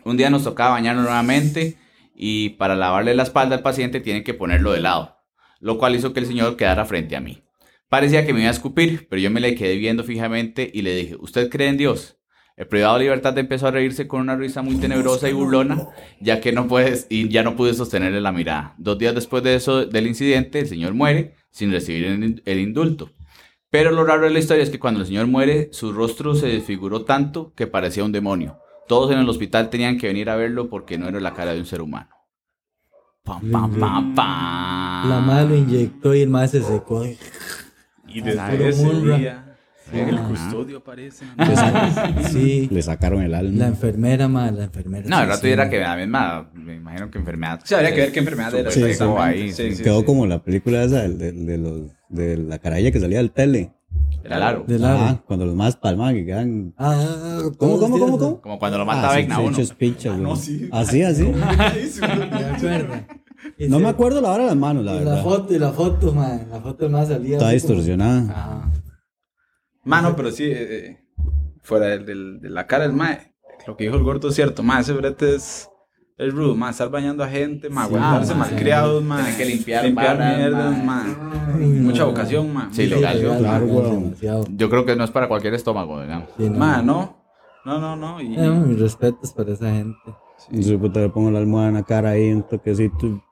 Speaker 1: Un día nos tocaba bañarlo nuevamente y para lavarle la espalda al paciente tienen que ponerlo de lado, lo cual hizo que el señor quedara frente a mí. Parecía que me iba a escupir, pero yo me le quedé viendo fijamente y le dije, ¿usted cree en Dios? El privado de libertad empezó a reírse con una risa muy tenebrosa y burlona, ya que no puedes, y ya no pude sostenerle la mirada. Dos días después de eso, del incidente, el señor muere sin recibir el- el indulto. Pero lo raro de la historia es que cuando el señor muere, su rostro se desfiguró tanto que parecía un demonio. Todos en el hospital tenían que venir a verlo porque no era la cara de un ser humano. Pam, pam, pam, pam.
Speaker 3: La madre lo inyectó y el mae se secó.
Speaker 4: Y
Speaker 3: Claro.
Speaker 4: desde ese
Speaker 3: Murra.
Speaker 4: día, el
Speaker 1: Ajá.
Speaker 4: custodio aparece. ¿no?
Speaker 3: Pues
Speaker 2: Le,
Speaker 1: Ah.
Speaker 2: sa-
Speaker 3: Sí.
Speaker 2: le sacaron el
Speaker 3: La
Speaker 2: alma.
Speaker 3: enfermera, mae, la enfermera.
Speaker 1: No, el
Speaker 3: sí,
Speaker 1: rato
Speaker 3: sí,
Speaker 1: era
Speaker 3: mae.
Speaker 1: que a mí ma- me imagino que enfermedad.
Speaker 4: Sí, habría que ver qué enfermedad era,
Speaker 1: Súper
Speaker 2: exactamente.
Speaker 1: feo ahí.
Speaker 4: Sí, sí.
Speaker 2: Quedó como la película esa de, de- de los, de la caralla que salía del tele.
Speaker 1: Era largo.
Speaker 3: De largo.
Speaker 2: Ajá, Ah, cuando los más palmaban que quedan.
Speaker 3: Ah,
Speaker 2: ¿Cómo,
Speaker 3: todos
Speaker 2: cómo,
Speaker 3: días,
Speaker 2: cómo,
Speaker 3: ¿no?
Speaker 2: cómo?
Speaker 1: Como cuando lo mataba Vecna
Speaker 2: Ah, sí,
Speaker 1: uno.
Speaker 2: hechos pichas,
Speaker 4: Ah, no,
Speaker 2: güey.
Speaker 4: sí.
Speaker 2: Así, así.
Speaker 3: Me acuerdo. Y
Speaker 2: No
Speaker 3: se-
Speaker 2: me acuerdo la hora de las manos, la
Speaker 3: y la
Speaker 2: verdad.
Speaker 3: foto, y la foto, mae. La foto más salía.
Speaker 2: Está
Speaker 3: así como- Ah.
Speaker 2: distorsionada.
Speaker 1: Ajá.
Speaker 4: Mano, pero sí, eh, eh, fuera del- del- de la cara del mae, lo que dijo el gordo es cierto, mae, ese brete es, es rudo, mae, estar bañando a gente, mae, aguantarse
Speaker 1: mae.
Speaker 4: malcriados, mae,
Speaker 1: Tener que limpiar varas,
Speaker 4: mierdas,
Speaker 1: mae.
Speaker 4: mae,
Speaker 3: Uy,
Speaker 4: mucha
Speaker 3: no,
Speaker 4: vocación, mae,
Speaker 1: Sí,
Speaker 4: mucha
Speaker 1: legal,
Speaker 4: vocación,
Speaker 2: claro.
Speaker 4: mae.
Speaker 2: weón.
Speaker 3: demasiado.
Speaker 1: Yo creo que no es para cualquier estómago, digamos.
Speaker 3: Sí, no.
Speaker 4: mae, no, no, no, no, y
Speaker 3: Eh, mis respetos para esa gente.
Speaker 2: Y su puta le pongo la almohada en la cara ahí, un toquecito.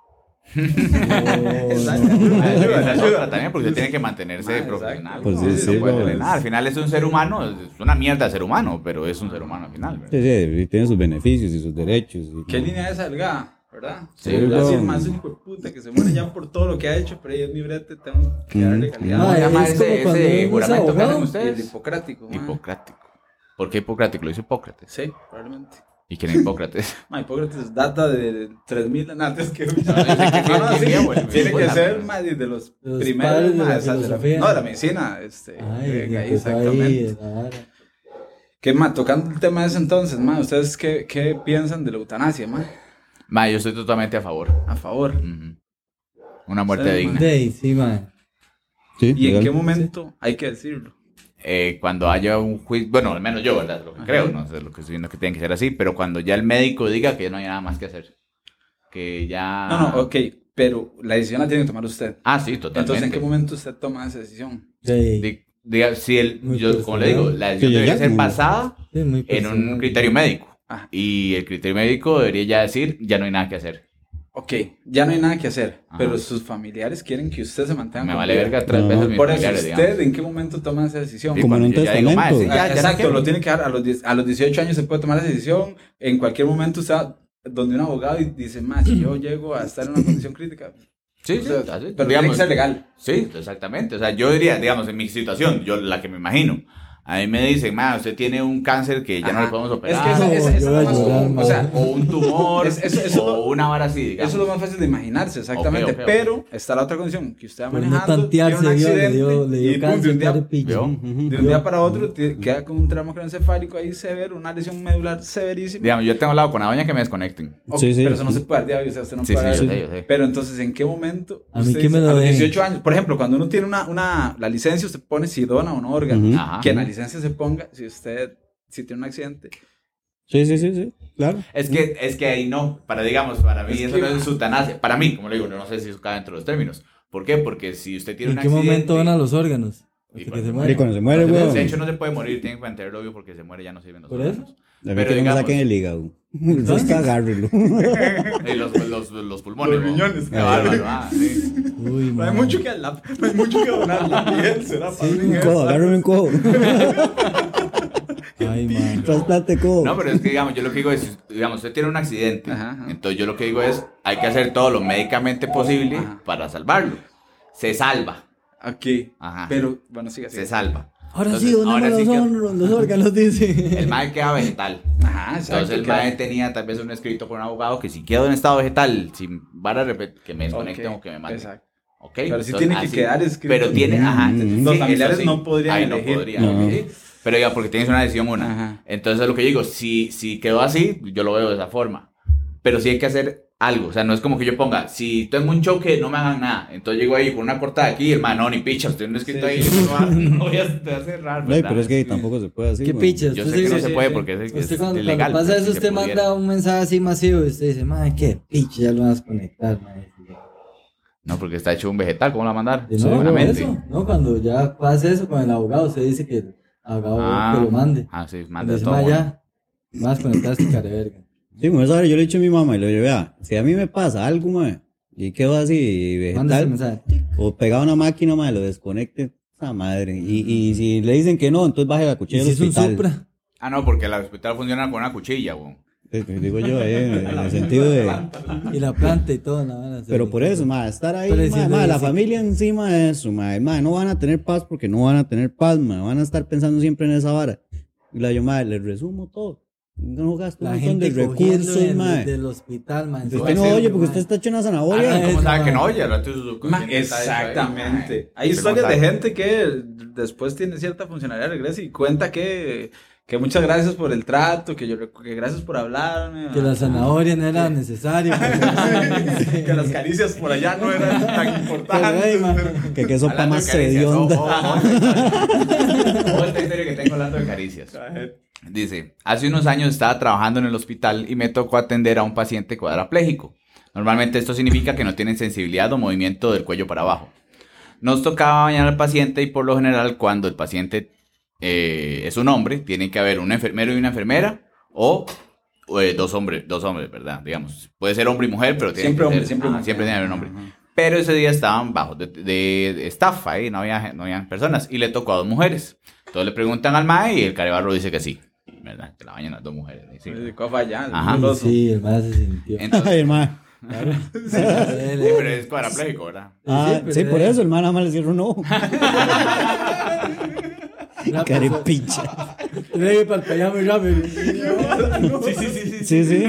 Speaker 4: Exacto.
Speaker 1: Ayuda, ayuda también porque usted tiene que mantenerse
Speaker 4: Madre,
Speaker 1: profesional.
Speaker 4: exacto.
Speaker 2: Pues
Speaker 1: ¿no?
Speaker 2: sí,
Speaker 1: Sí, no
Speaker 2: sí,
Speaker 1: puede
Speaker 2: lo
Speaker 1: hacer
Speaker 2: es.
Speaker 1: nada. Al final es un ser humano, es una mierda de ser humano, pero es un ser humano al final. ¿verdad?
Speaker 2: Sí, sí, y tiene sus beneficios y sus derechos. y-
Speaker 4: ¿Qué línea es esa delgada? ¿Verdad?
Speaker 1: Sí,
Speaker 4: Sí, yo
Speaker 2: weón.
Speaker 4: soy el más hijo de puta que se muere ya por todo lo que ha hecho, pero ahí es mi brete, tengo que darle calidad.
Speaker 1: ¿Cómo
Speaker 3: Madre,
Speaker 1: se llama
Speaker 3: es
Speaker 1: ese-
Speaker 3: como cuando
Speaker 1: ese
Speaker 3: uno es
Speaker 1: juramento que hacen
Speaker 3: abogado.
Speaker 4: Y el
Speaker 1: ustedes?
Speaker 4: hipocrático. ma.
Speaker 1: Hipocrático. ¿Por qué Hipocrático? Lo hizo Hipócrates.
Speaker 4: Sí, probablemente.
Speaker 1: ¿Y quién es Hipócrates?
Speaker 4: Ma, Hipócrates data de 3000 antes que. No,
Speaker 1: fue
Speaker 4: no,
Speaker 1: el
Speaker 4: sí,
Speaker 1: que vio, güey.
Speaker 4: Tiene que
Speaker 1: Bueno,
Speaker 4: ser
Speaker 1: pero-
Speaker 4: ma, de los
Speaker 3: De los
Speaker 4: primeros.
Speaker 3: padres de
Speaker 4: ma,
Speaker 3: la
Speaker 4: esa- de la-
Speaker 3: filosofía.
Speaker 4: No, de la medicina. Este,
Speaker 3: Oh, Ay,
Speaker 4: de-
Speaker 3: que
Speaker 4: ahí,
Speaker 3: puso ahí, eh.
Speaker 4: exactamente.
Speaker 3: la vara.
Speaker 4: ¿Qué más? Tocando el tema de ese entonces, ma, ¿ustedes qué, qué piensan de la eutanasia, ma?
Speaker 1: Ma, yo estoy totalmente a favor.
Speaker 4: A favor.
Speaker 1: Ujú. Una muerte
Speaker 4: Sí,
Speaker 1: digna.
Speaker 3: Dey, sí, mae.
Speaker 2: Sí,
Speaker 4: ¿Y en
Speaker 2: legal.
Speaker 4: qué momento hay que decirlo?
Speaker 1: Eh, cuando haya un juicio, bueno, al menos yo, ¿verdad? Lo que creo, no sé, lo que estoy viendo que tiene que ser así, pero cuando ya el médico diga que no hay nada más que hacer. Que ya...
Speaker 4: No, no, ok, pero la decisión la tiene que tomar usted.
Speaker 1: Ah, sí, Ah. totalmente.
Speaker 4: Entonces, ¿en qué momento usted toma esa decisión?
Speaker 3: Dey,
Speaker 1: Di- diga, si el,
Speaker 3: Muy
Speaker 1: yo, como le digo,
Speaker 3: personal.
Speaker 1: la decisión
Speaker 2: Sí, ya,
Speaker 1: debería
Speaker 2: ya,
Speaker 1: ser
Speaker 2: muy-
Speaker 1: basada
Speaker 3: sí, muy
Speaker 1: en un
Speaker 3: personal.
Speaker 1: criterio médico.
Speaker 4: Pues, Ah.
Speaker 1: Y el criterio médico debería ya decir, ya no hay nada que hacer.
Speaker 4: Ok, ya no hay nada que hacer,
Speaker 1: Ajá.
Speaker 4: pero sus familiares quieren que usted se mantenga.
Speaker 1: Me
Speaker 4: con
Speaker 1: vale
Speaker 4: vida.
Speaker 1: verga tres
Speaker 2: No.
Speaker 1: veces mis
Speaker 4: Por eso,
Speaker 1: familiares,
Speaker 4: ¿usted
Speaker 1: digamos.
Speaker 4: en qué momento toma esa decisión? Ah,
Speaker 1: Sí,
Speaker 2: Como en
Speaker 1: cuando
Speaker 2: un
Speaker 1: yo ya digo, "Mae, sí,
Speaker 2: testamento".
Speaker 1: ya- ya no
Speaker 4: Exacto,
Speaker 1: quiero".
Speaker 4: lo tiene que dar a los, 10 a los 18 años se puede tomar esa decisión. En cualquier momento usted va donde un abogado y dice, más, si yo llego a estar en una condición crítica, pues,
Speaker 1: Sí,
Speaker 4: o
Speaker 1: sí,
Speaker 4: sea,
Speaker 1: así,
Speaker 4: pero tiene que
Speaker 1: digamos,
Speaker 4: ser legal.
Speaker 1: Sí, exactamente. O sea, yo diría, digamos, en mi situación, yo la que me imagino. A mí me dicen, ma, usted tiene un cáncer que ya no
Speaker 4: Ajá.
Speaker 1: le podemos
Speaker 4: Es
Speaker 1: operar.
Speaker 4: que esa, esa- esa es
Speaker 3: yo
Speaker 4: la
Speaker 3: voy a
Speaker 4: más
Speaker 3: llorar,
Speaker 4: común, O
Speaker 3: madre.
Speaker 4: sea,
Speaker 1: o un tumor,
Speaker 4: Es- eso- eso
Speaker 1: o
Speaker 4: lo-
Speaker 1: una vara así,
Speaker 4: Eso
Speaker 1: digamos.
Speaker 4: es lo más fácil de imaginarse, exactamente.
Speaker 1: ok, ok.
Speaker 4: Pero está la otra condición que usted va
Speaker 3: Por no
Speaker 4: manejando.
Speaker 3: tantearse,
Speaker 4: tiene un
Speaker 3: vio, le
Speaker 4: accidente
Speaker 3: dio- le dio
Speaker 4: y pum, de
Speaker 3: cáncer,
Speaker 4: un día,
Speaker 3: cara de pillo.
Speaker 1: ¿Vio?
Speaker 2: Ujú.
Speaker 4: de un día para otro te- queda con un tramo craneoencefálico ahí severo, una lesión medular severísima.
Speaker 1: Digamos, yo tengo hablado con la doña que me desconecten.
Speaker 4: Ok,
Speaker 2: Sí, sí.
Speaker 4: Pero eso no se puede dar diario, o sea, usted no
Speaker 1: Sí,
Speaker 4: puede
Speaker 1: sí,
Speaker 4: dar-
Speaker 1: yo sé, yo sé.
Speaker 4: Pero entonces, ¿en qué momento?
Speaker 3: A mí
Speaker 4: usted
Speaker 3: que me
Speaker 4: dice,
Speaker 3: lo
Speaker 4: a los
Speaker 3: den.
Speaker 4: 18 años, por ejemplo, cuando uno tiene una, una la licencia, usted pone si dona o no órgano.
Speaker 2: Ujú.
Speaker 1: Ajá.
Speaker 4: Que en la licencia se ponga si usted, si tiene un accidente.
Speaker 2: Sí, sí, sí, sí, claro.
Speaker 1: Es que, es que ahí no, para digamos, para mí
Speaker 4: Es
Speaker 1: eso
Speaker 4: que-
Speaker 1: no es eutanasia. Para mí, como le digo, no sé si eso cae dentro de los términos. ¿Por qué? Porque si usted tiene
Speaker 3: ¿En
Speaker 1: un
Speaker 3: qué
Speaker 1: accidente...
Speaker 3: momento van a los órganos?
Speaker 1: Y
Speaker 3: Porque
Speaker 1: cuando
Speaker 3: que se
Speaker 1: se
Speaker 2: Y
Speaker 3: mueren.
Speaker 2: cuando se muere,
Speaker 1: no se-
Speaker 2: weón.
Speaker 1: De hecho, no se puede morir, tiene que mantenerlo vivo porque se muere, ya no sirven los
Speaker 3: ¿Por eso?
Speaker 1: órganos.
Speaker 2: También
Speaker 1: pero
Speaker 2: que no me
Speaker 1: digamos-
Speaker 2: saquen el hígado. Eso es que agárrenlo.
Speaker 1: Y los, los, los pulmones.
Speaker 4: Los
Speaker 1: ¿no?
Speaker 4: riñones.
Speaker 1: Qué bárbaro, ah, sí.
Speaker 3: Uy,
Speaker 4: No
Speaker 3: mae.
Speaker 4: hay mucho que hablar, no hay mucho que donar. La piel será para
Speaker 3: Sí,
Speaker 4: mí,
Speaker 2: Un codo, agárrenme un codo.
Speaker 3: Ay, mae.
Speaker 2: Trasplante codo.
Speaker 1: No, pero es que, digamos, yo lo que digo es, digamos, usted tiene un accidente,
Speaker 4: Ajá, ajá.
Speaker 1: entonces yo lo que digo es, hay que hacer todo lo médicamente posible
Speaker 4: Ajá.
Speaker 1: para salvarlo. Se salva,
Speaker 4: Aquí.
Speaker 1: Ajá.
Speaker 4: Pero, bueno, sigue así.
Speaker 1: se salva.
Speaker 3: Ahora
Speaker 1: Entonces,
Speaker 3: sí, donemos
Speaker 1: ahora
Speaker 3: los,
Speaker 1: sí que-
Speaker 3: órganos, los órganos,
Speaker 1: El
Speaker 3: dice.
Speaker 1: mae queda vegetal.
Speaker 4: Ajá, exacto.
Speaker 1: Entonces el
Speaker 4: queda-
Speaker 1: mae tenía tal vez un escrito con un abogado que si quedo en estado vegetal, sin vara repet- que me
Speaker 4: Ok,
Speaker 1: desconecten o que me maten.
Speaker 4: Exacto.
Speaker 1: Ok,
Speaker 4: Pero sí
Speaker 1: entonces,
Speaker 4: tiene que
Speaker 1: así-
Speaker 4: quedar escrito.
Speaker 1: Pero tiene, ajá.
Speaker 2: Mm,
Speaker 1: sí,
Speaker 4: Los
Speaker 1: eso
Speaker 4: familiares
Speaker 1: sí.
Speaker 4: no podrían
Speaker 1: Ahí no
Speaker 4: elegir.
Speaker 1: podrían.
Speaker 2: No.
Speaker 1: ¿sí? Pero ya, porque tienes una decisión una.
Speaker 4: Ajá.
Speaker 1: Entonces lo que digo, si, si quedó así, yo lo veo de esa forma. Pero sí hay que hacer algo. O sea, no es como que yo ponga, si tengo un choque, no me hagan nada. Entonces llego ahí con una cortada aquí y el man, no, ni picha, usted no escrito ahí. No, va- no voy a, te va a cerrar,
Speaker 4: Pues
Speaker 2: Ay,
Speaker 1: ¿verdad?
Speaker 2: pero es que tampoco se puede así.
Speaker 3: Qué
Speaker 2: weón.
Speaker 3: pichas. Pues
Speaker 1: Yo
Speaker 3: usted
Speaker 1: sé que
Speaker 3: dice-
Speaker 1: no se puede
Speaker 4: sí.
Speaker 1: porque es, es
Speaker 3: Usted cuando, cuando
Speaker 1: ilegal. pues
Speaker 3: pasa
Speaker 1: pero sí
Speaker 3: eso,
Speaker 1: se
Speaker 3: usted
Speaker 1: pudiera.
Speaker 3: manda un mensaje así masivo y usted dice, madre, qué pinche, ya lo vas a conectar, madre.
Speaker 1: No, porque está hecho un vegetal, ¿cómo la va a mandar?
Speaker 3: De nuevo,
Speaker 1: Seguramente.
Speaker 3: eso, ¿no? Cuando ya pasa eso con el abogado, usted dice que el abogado
Speaker 1: Ah,
Speaker 3: que lo mande.
Speaker 1: ah, sí,
Speaker 3: Cuando
Speaker 1: manda
Speaker 3: dice,
Speaker 1: todo.
Speaker 3: "Ma,
Speaker 1: bueno.
Speaker 3: ya, vas a conectar este cara de verga.
Speaker 2: Sí, bueno, esa hora yo le he dicho a mi mamá y le digo, vea, si a mí me pasa algo, mae, y quedo así
Speaker 3: Manda ese
Speaker 2: vegetal,
Speaker 3: mensaje.
Speaker 2: o pegado a una máquina, mae, lo desconecte, esa madre. Y, y si le dicen que no, entonces baje la
Speaker 3: Mm. Y
Speaker 2: cuchilla
Speaker 3: si
Speaker 2: del
Speaker 3: es un
Speaker 2: hospital.
Speaker 3: Supra.
Speaker 1: Ah, no, porque la hospital funciona con una cuchilla, güey.
Speaker 2: Eh, Digo yo, eh, en el sentido de...
Speaker 3: Y la planta y todo, la vara,
Speaker 2: Pero
Speaker 3: sí.
Speaker 2: por eso, ma, estar ahí,
Speaker 3: Pero
Speaker 2: ma,
Speaker 3: diciendo
Speaker 2: ma, la
Speaker 3: eso.
Speaker 2: familia encima de eso, ma, ma, no van a tener paz porque no van a tener paz, ma, van a estar pensando siempre en esa vara. Y la yo, ma, les resumo todo. No gasto
Speaker 3: La
Speaker 2: un montón de
Speaker 3: gente cogiendo
Speaker 2: recursos,
Speaker 3: del,
Speaker 2: ma.
Speaker 3: del hospital, man.
Speaker 2: Usted no oye porque usted está hecho una
Speaker 1: Ah,
Speaker 2: zanahoria.
Speaker 1: ¿Cómo
Speaker 3: Eso,
Speaker 1: sabe que
Speaker 3: ma.
Speaker 1: no oye? Al rato su
Speaker 4: Ma,
Speaker 1: subconsciente está hecho ahí,
Speaker 4: Exactamente.
Speaker 1: ma.
Speaker 4: Hay
Speaker 1: Usted
Speaker 4: historias
Speaker 1: cómo
Speaker 4: de
Speaker 1: sabe.
Speaker 4: gente que después tiene cierta funcionalidad, regresa y cuenta que, que muchas gracias por el trato, que yo recu- que gracias por hablarme.
Speaker 3: Que la zanahoria no era necesaria.
Speaker 4: que las caricias por allá no eran tan
Speaker 3: Pero, ey,
Speaker 4: importantes.
Speaker 3: ma,
Speaker 2: que qué
Speaker 1: Hablando
Speaker 2: sopa
Speaker 1: de
Speaker 2: más
Speaker 1: caricias,
Speaker 2: hedionda.
Speaker 1: ojo, ojo, ojo, esta historia que tengo hablando de caricias. Dice, hace unos años estaba trabajando en el hospital y me tocó atender a un paciente cuadrapléjico. Normalmente esto significa que no tienen sensibilidad o movimiento del cuello para abajo. Nos tocaba bañar al paciente y por lo general cuando el paciente eh, es un hombre, tiene que haber un enfermero y una enfermera o eh, dos hombres, dos hombres, ¿verdad? Digamos, puede ser hombre y mujer, pero tiene
Speaker 4: Siempre
Speaker 1: que
Speaker 4: hombre,
Speaker 1: ser-
Speaker 4: siempre
Speaker 1: ah,
Speaker 4: hombre.
Speaker 1: siempre tiene que haber un hombre.
Speaker 4: Ajá.
Speaker 1: Pero ese día estaban bajos de, de- de estafa y no había, no había personas. Y le tocó a dos mujeres. Entonces le preguntan al mae y el carebarro dice que sí. ¿Verdad? Que la bañan las dos mujeres. ¿sí?
Speaker 4: Sí, cofa ya, el
Speaker 1: Ajá.
Speaker 4: goloso.
Speaker 3: Ah, Sí, el más se sintió.
Speaker 1: Entonces,
Speaker 2: Ay, el mae.
Speaker 1: sí, pero es cuadrapléjico, ¿verdad?
Speaker 2: Ah,
Speaker 3: pues,
Speaker 2: sí, por
Speaker 3: eh.
Speaker 2: eso el mae nada más le cierra un ojo.
Speaker 3: Una persona-
Speaker 2: Carepincha.
Speaker 3: Tenía que parpadear muy rápido.
Speaker 1: Sí, sí, sí, sí.
Speaker 2: Sí, sí.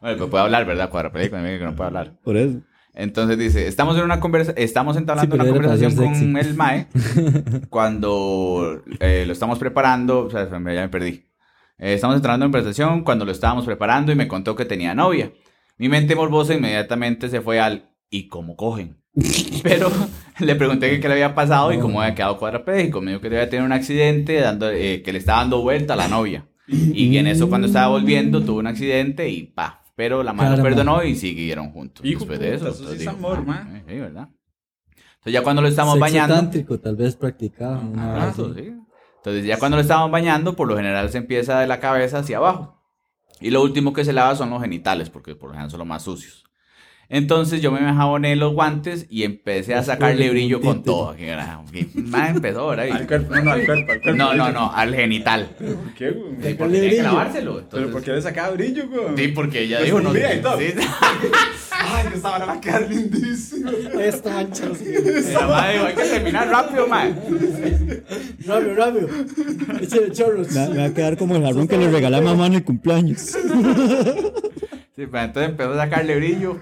Speaker 1: Bueno, pues puede hablar, ¿verdad? Cuadrapléjico, me dice que no puede hablar.
Speaker 2: Por eso.
Speaker 1: Entonces dice, estamos en una conversa, estamos entablando
Speaker 3: Sí, pero
Speaker 1: una
Speaker 3: era para
Speaker 1: conversación
Speaker 3: ser
Speaker 1: con
Speaker 3: sexy.
Speaker 1: el mae cuando eh, lo estamos preparando, o sea, ya me perdí. Eh, estamos entrando en conversación cuando lo estábamos preparando y me contó que tenía novia. Mi mente morbosa inmediatamente se fue al ¿y cómo cogen? Pero le pregunté que qué le había pasado y cómo había quedado cuadrapléjico. Me dijo que le había tenido un accidente, dando, eh, que le estaba dando vuelta a la novia. Y en eso cuando estaba volviendo tuvo un accidente y pa. Pero la mano
Speaker 3: Caramba.
Speaker 1: perdonó y siguieron juntos.
Speaker 4: Hijo
Speaker 1: después
Speaker 4: puta,
Speaker 1: de eso.
Speaker 4: eso sí
Speaker 1: entonces digo,
Speaker 4: es amor,
Speaker 1: ah,
Speaker 4: ma.
Speaker 1: Sí, ¿verdad? Entonces ya cuando lo estábamos
Speaker 3: Sexo
Speaker 1: bañando...
Speaker 3: tántrico, tal vez practicado. una
Speaker 1: Ah,
Speaker 3: vez
Speaker 1: eso
Speaker 3: así.
Speaker 1: sí. Entonces ya cuando lo estaban bañando, por lo general se empieza de la cabeza hacia abajo. Y lo último que se lava son los genitales, porque por lo general son los más sucios. Entonces yo me jaboné los guantes y empecé a sacarle brillo con todo. Que era- que más empezó, ¿verdad?
Speaker 4: Al
Speaker 1: Y-
Speaker 4: cuerpo, no, no, al cuerpo, al cuerpo.
Speaker 1: No, no, no, al genital.
Speaker 4: ¿Por qué, güey?
Speaker 1: Sí,
Speaker 4: Pero
Speaker 1: porque tenía que
Speaker 3: brillo.
Speaker 1: lavárselo. entonces-
Speaker 4: ¿por qué le sacaba brillo, güey?
Speaker 1: Sí, porque ella
Speaker 4: Pues
Speaker 1: dijo, no
Speaker 4: mira, y todo.
Speaker 1: sí,
Speaker 4: Ay, que esta hora va a quedar lindísima.
Speaker 3: Esto mancha. así.
Speaker 1: la madre dijo, hay que terminar rápido, mae.
Speaker 3: Rápido, rápido. Échale chorros.
Speaker 2: Me, me va a quedar como el jarrón que le regalé a mamá en el cumpleaños.
Speaker 1: Sí, pero entonces empezó a sacarle brillo.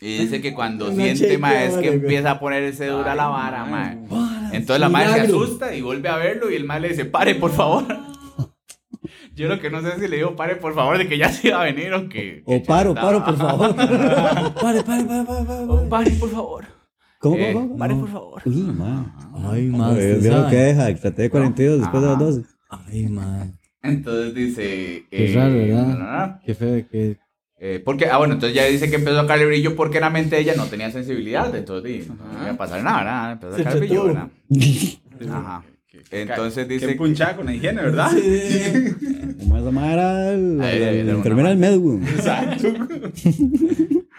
Speaker 1: Y dice que cuando
Speaker 3: Una
Speaker 1: siente, mae, es
Speaker 3: chequeada,
Speaker 1: que
Speaker 3: güey.
Speaker 1: empieza a ponerse dura
Speaker 4: Ay,
Speaker 1: la vara,
Speaker 4: mae.
Speaker 1: mae. Entonces la madre se
Speaker 3: Milagro.
Speaker 1: asusta y vuelve a verlo y el mae le dice, pare, por favor. Yo lo que no sé es si le digo, pare, por favor, de que ya se iba a venir o que... que
Speaker 2: O
Speaker 1: ya
Speaker 2: paro,
Speaker 1: estaba.
Speaker 2: paro, por favor.
Speaker 3: Pare, pare, pare, pare, pare.
Speaker 1: O pare, por favor.
Speaker 2: ¿Cómo,
Speaker 1: Eh,
Speaker 2: cómo, cómo?
Speaker 1: pare, por favor.
Speaker 2: Uy, ma.
Speaker 3: Ay, man.
Speaker 2: Ay,
Speaker 3: usted
Speaker 2: Dios lo
Speaker 3: sabe.
Speaker 2: que deja. Traté de 42 después de las
Speaker 1: Ajá.
Speaker 2: 12.
Speaker 3: Ay, man.
Speaker 1: Entonces dice...
Speaker 3: Qué
Speaker 1: eh,
Speaker 3: raro, ¿verdad?
Speaker 1: no, no, no.
Speaker 3: Qué feo que.
Speaker 1: Eh, porque, ah, bueno, entonces ya dice que empezó a sacarle brillo porque la mente de ella no tenía sensibilidad, entonces di, no iba a pasar nada, ¿verdad? Empezó a
Speaker 3: Se
Speaker 1: sacarle brillo,
Speaker 3: entretuvo.
Speaker 1: ¿verdad? Ajá. Entonces
Speaker 4: Qué
Speaker 1: dice...
Speaker 4: punchada con la higiene, ¿verdad?
Speaker 3: Sí.
Speaker 2: Como esa madre era la,
Speaker 1: Ahí,
Speaker 2: la-
Speaker 1: ahí,
Speaker 2: la
Speaker 1: de
Speaker 2: enfermera del
Speaker 1: una
Speaker 2: med, weón.
Speaker 4: Exacto.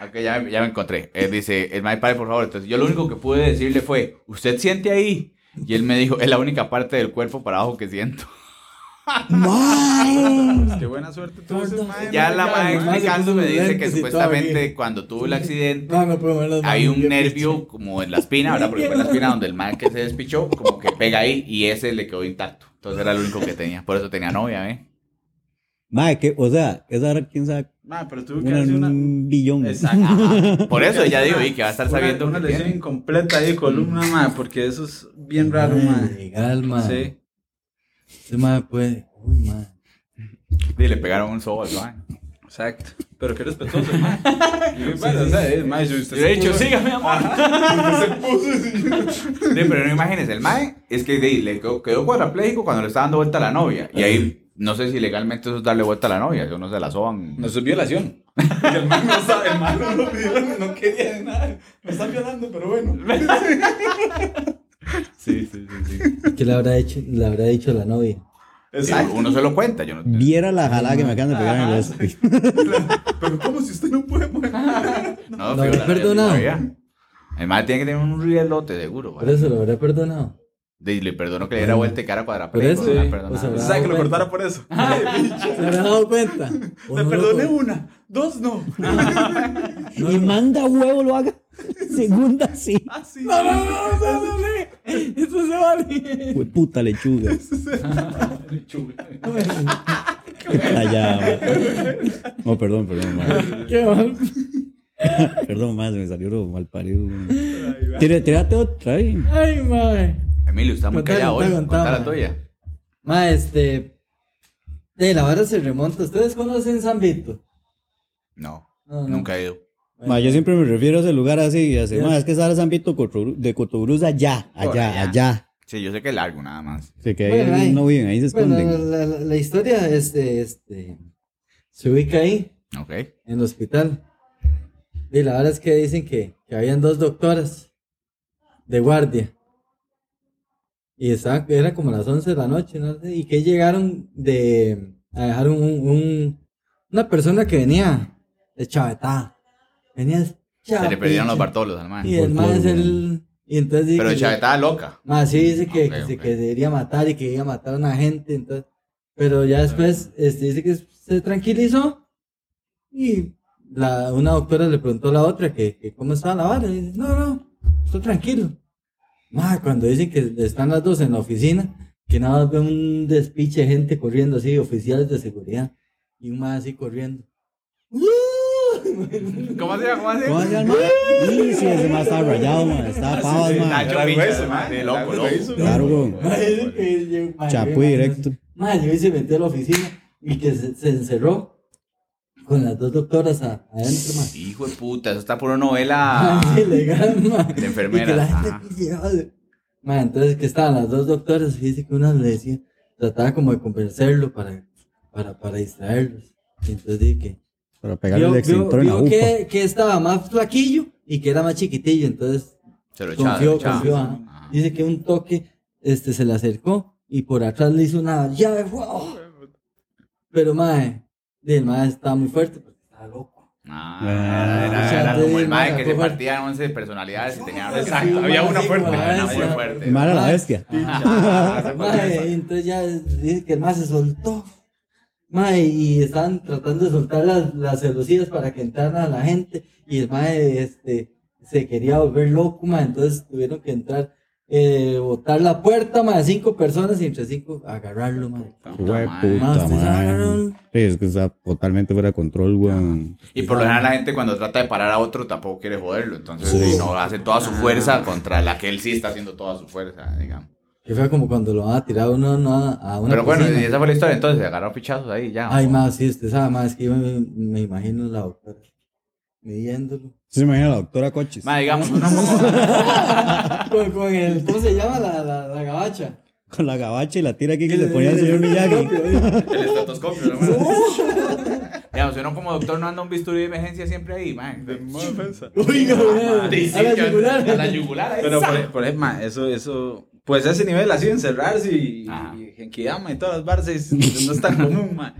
Speaker 1: Ok, ya, me- ya me encontré. Él dice, el mae, pare, por favor. Entonces, yo lo único que pude decirle fue, ¿usted siente ahí? Y él me dijo, es la única parte del cuerpo para abajo que siento.
Speaker 4: Pues qué buena suerte tú
Speaker 3: Gordo.
Speaker 4: mae.
Speaker 1: Ya
Speaker 4: no
Speaker 1: la
Speaker 4: te
Speaker 1: mae
Speaker 4: caes, mae.
Speaker 1: explicando me dice que
Speaker 3: lentes y todo aquí.
Speaker 1: supuestamente cuando tuvo el accidente
Speaker 3: No, no puedo ver las
Speaker 1: hay
Speaker 3: manos,
Speaker 1: un
Speaker 3: qué
Speaker 1: nervio como en la espina, ¿verdad? Porque fue en la espina donde el mae que se despichó como que pega ahí y ese le quedó intacto. Entonces era lo único que tenía. Por eso tenía novia, ¿eh?
Speaker 2: Mae, que, o sea, esa era quién sabe,
Speaker 4: Mae, Ah, pero tuvo que
Speaker 2: una,
Speaker 4: hacer
Speaker 2: en
Speaker 4: una...
Speaker 2: un billón.
Speaker 4: Exacto.
Speaker 1: Ajá. Por eso ya digo, y que va a estar
Speaker 4: Una-
Speaker 1: sabiendo
Speaker 4: Una,
Speaker 1: que
Speaker 4: lesión
Speaker 1: tiene.
Speaker 4: incompleta ahí de columna, mae, porque eso es bien
Speaker 3: pinche.
Speaker 4: raro,
Speaker 3: Ay,
Speaker 4: mae.
Speaker 3: Legal, man.
Speaker 4: Sí.
Speaker 3: Ese man puede. Uy, man.
Speaker 1: Y le pegaron un sobo al mae.
Speaker 4: Exacto. Pero qué respetuoso, mae. Y, bueno, o sea, eh, mae, si usted
Speaker 1: Yo le he
Speaker 4: se
Speaker 1: dicho,
Speaker 4: puso-
Speaker 1: sígame, amor.
Speaker 4: Usted se puso-
Speaker 1: Sí, pero no imagines, el mae es que de- le quedó, quedó cuadrapléjico cuando le estaba dando vuelta a la novia. Y ahí, no sé si legalmente eso es darle vuelta a la novia, eso no se la soban.
Speaker 4: No, eso es violación. Porque el man no sabe, el man no lo pidió, no quería de nada. Me están violando, pero bueno.
Speaker 1: Sí, sí, sí.
Speaker 3: ¿Qué le habrá, hecho, le habrá dicho la novia?
Speaker 4: Exacto.
Speaker 1: Uno se lo cuenta, yo no
Speaker 2: Viera la jalada que me acaban de pegar en el ojo.
Speaker 4: Pero ¿cómo si usted no puede mover?
Speaker 1: No, fijo,
Speaker 3: No, no,
Speaker 1: la-
Speaker 3: perdona.
Speaker 1: la novia. El mae tiene que tener un rielote seguro.
Speaker 3: Por
Speaker 1: ¿vale?
Speaker 3: eso lo habrá perdonado.
Speaker 1: De- Le perdono que le diera vuelta y cara
Speaker 3: Por
Speaker 1: cuadrapléjico.
Speaker 3: eso,
Speaker 1: no la
Speaker 3: sí.
Speaker 1: perdonaba.
Speaker 3: O sea,
Speaker 4: ¿Sabe que lo cortara por eso?
Speaker 3: ¿Se habrá dado cuenta? ¿O
Speaker 4: Le
Speaker 3: no lo
Speaker 4: perdoné
Speaker 3: cor-
Speaker 4: una, dos no.
Speaker 2: Y manda huevo lo haga. Segunda sí.
Speaker 4: Ah, sí.
Speaker 3: No, no, no, no, no, no, no, Eso se vale.
Speaker 2: Fue puta lechuga. Allá, mae. No, perdón, perdón, mae.
Speaker 3: Qué mal.
Speaker 2: Perdón, mae, se me salió lo mal parido. Tírate, tírate otra eh. ahí.
Speaker 3: Ay, madre.
Speaker 1: Emilio, está muy
Speaker 3: Contá,
Speaker 1: callado hoy.
Speaker 3: contá, contá,
Speaker 1: Contá la
Speaker 3: mae.
Speaker 1: tuya.
Speaker 3: Ma, este. De la vara se remonta. ¿Ustedes conocen San Vito?
Speaker 1: No,
Speaker 3: No, no.
Speaker 1: nunca he ido.
Speaker 2: Mae, yo siempre me refiero a ese lugar así. así
Speaker 3: Ya.
Speaker 2: mae, es que sale San Vito Cotobru- de Cotobruz allá,
Speaker 1: Por
Speaker 2: allá,
Speaker 1: allá.
Speaker 2: allá.
Speaker 1: Sí, yo sé que es largo nada más.
Speaker 2: Se que ahí
Speaker 3: Bueno, ahí.
Speaker 2: no viven, ahí se
Speaker 3: Bueno,
Speaker 2: esconden.
Speaker 3: la, la- la historia este, este, se ubica ahí,
Speaker 1: Ok.
Speaker 3: en el hospital. Y la verdad es que dicen que, que habían dos doctoras de guardia. Y estaba, era como las 11 de la noche, ¿no? sé, Y que llegaron de, a dejar un, un- un- una persona que venía de chavetá. Venía de
Speaker 1: Se
Speaker 3: Ah,
Speaker 1: le perdieron los
Speaker 3: chapecha.
Speaker 1: bartolos al mae.
Speaker 3: Y el
Speaker 2: Por
Speaker 3: mae
Speaker 2: todo,
Speaker 3: es el. Y entonces dice
Speaker 1: Pero
Speaker 3: que-
Speaker 1: chavetada loca.
Speaker 3: Más sí dice que,
Speaker 1: Ok,
Speaker 3: que, se-
Speaker 1: ok.
Speaker 3: que debería matar y que iba a matar a una gente, entonces. Pero ya después este, dice que se tranquilizó y la, una doctora le preguntó a la otra que, que cómo estaba la vara. Y dice, no, no, estoy tranquilo. Ma, cuando dicen que están las dos en la oficina, que nada más ve un despiche de gente corriendo así, oficiales de seguridad, y un más así corriendo.
Speaker 1: ¿Cómo así? ¿Cómo así?
Speaker 2: ¿Cómo hacía el mae? Sí, sí, ese mae estaba rayado, mae. Estaba pavas, mae.
Speaker 1: Nacho
Speaker 4: Ah, Era
Speaker 1: Picha,
Speaker 4: grueso,
Speaker 1: mae,
Speaker 4: mae.
Speaker 1: de
Speaker 4: Era
Speaker 1: loco,
Speaker 4: grueso.
Speaker 1: loco.
Speaker 2: Claro, weón.
Speaker 3: Ma, dicen que llegó- ma, yo
Speaker 2: Chapu
Speaker 3: me
Speaker 2: directo.
Speaker 3: Madre, yo se metió a la oficina y que se, se encerró con las dos doctoras a- adentro, madre.
Speaker 1: Hijo de puta, eso está por una novela.
Speaker 3: Madre, ilegal, madre.
Speaker 1: Ah. de
Speaker 3: Y que la
Speaker 1: enfermeras,
Speaker 3: gente
Speaker 1: ajá.
Speaker 3: quisiera, madre, entonces que estaban las dos doctoras y dice que una le decía, trataba como de convencerlo para, para, para distraerlos. Y entonces dije que
Speaker 2: Para pegarle el
Speaker 3: vio- vio-
Speaker 2: extintor en la
Speaker 3: vio
Speaker 2: upa.
Speaker 3: que, que estaba más flaquillo y que era más chiquitillo, entonces
Speaker 1: Se lo echaba, se lo
Speaker 3: Confió,
Speaker 1: echaba.
Speaker 3: confió, ajá.
Speaker 1: Ajá.
Speaker 3: Dice que un toque este, se le acercó y por atrás le hizo una llave. ¡guau! Pero mae, el mae estaba muy fuerte, porque estaba loco.
Speaker 1: Ah,
Speaker 2: Ah,
Speaker 1: era,
Speaker 3: o sea,
Speaker 1: era
Speaker 3: te
Speaker 1: como el
Speaker 3: digo,
Speaker 1: mae
Speaker 3: mae,
Speaker 1: que
Speaker 3: fue
Speaker 1: se
Speaker 3: fuerte.
Speaker 1: partía en 11 personalidades y tenía
Speaker 3: Sí,
Speaker 1: Exacto,
Speaker 3: mae,
Speaker 1: había una
Speaker 3: sí,
Speaker 1: fuerte.
Speaker 3: mae,
Speaker 1: Una muy
Speaker 3: sí.
Speaker 1: fuerte.
Speaker 2: El mae era la bestia.
Speaker 1: Ajá, se fue
Speaker 3: Mae,
Speaker 1: grueso.
Speaker 3: y entonces ya dice que el mae se soltó. Mae, y estaban tratando de soltar las, las celosías para que entrara la gente. Y el mae este, se quería volver loco, mae, entonces tuvieron que entrar. Eh, botar la puerta, mae, cinco personas y entre cinco agarrarlo, mae.
Speaker 2: Güey,
Speaker 1: Puta
Speaker 3: madre.
Speaker 2: puta
Speaker 3: Más, te
Speaker 2: madre.
Speaker 3: sacaron.
Speaker 2: Sí, es que está totalmente fuera de control,
Speaker 3: Ah.
Speaker 2: weón.
Speaker 1: Y por lo general la gente cuando trata de parar a otro tampoco quiere joderlo. Entonces
Speaker 2: Sí.
Speaker 1: sí, no hace toda su
Speaker 3: Ah.
Speaker 1: fuerza contra la que él sí está haciendo toda su fuerza, digamos.
Speaker 3: Que fue como cuando lo van a tirar uno a una, a una
Speaker 1: Pero bueno,
Speaker 3: piscina.
Speaker 1: esa fue la historia. Entonces se agarraron pichazos ahí ya.
Speaker 3: Ay, más, sí, usted sabe más, que yo me, me imagino la doctora midiéndolo.
Speaker 2: ¿Sí se imagina la doctora Coches?
Speaker 1: Mae, digamos, una-
Speaker 3: con, con el, ¿cómo se llama la, la, la gabacha?
Speaker 2: Con la gabacha y la tira aquí que le ponía el señor Miyagi.
Speaker 1: el estetoscopio, ¿no? mae? Digamos, uno como doctor no anda un bisturí de emergencia siempre ahí, mae.
Speaker 3: Oiga,
Speaker 1: Ah, sí, sí,
Speaker 3: a la
Speaker 1: que-
Speaker 3: yugular.
Speaker 1: A la yugular. ahí,
Speaker 4: Pero
Speaker 1: ¡za!
Speaker 4: por, por ejemplo, ma, eso, eso, pues a ese nivel así encerrarse y,
Speaker 1: Ajá.
Speaker 4: y genkidama y todas las barces no es tan común, ma.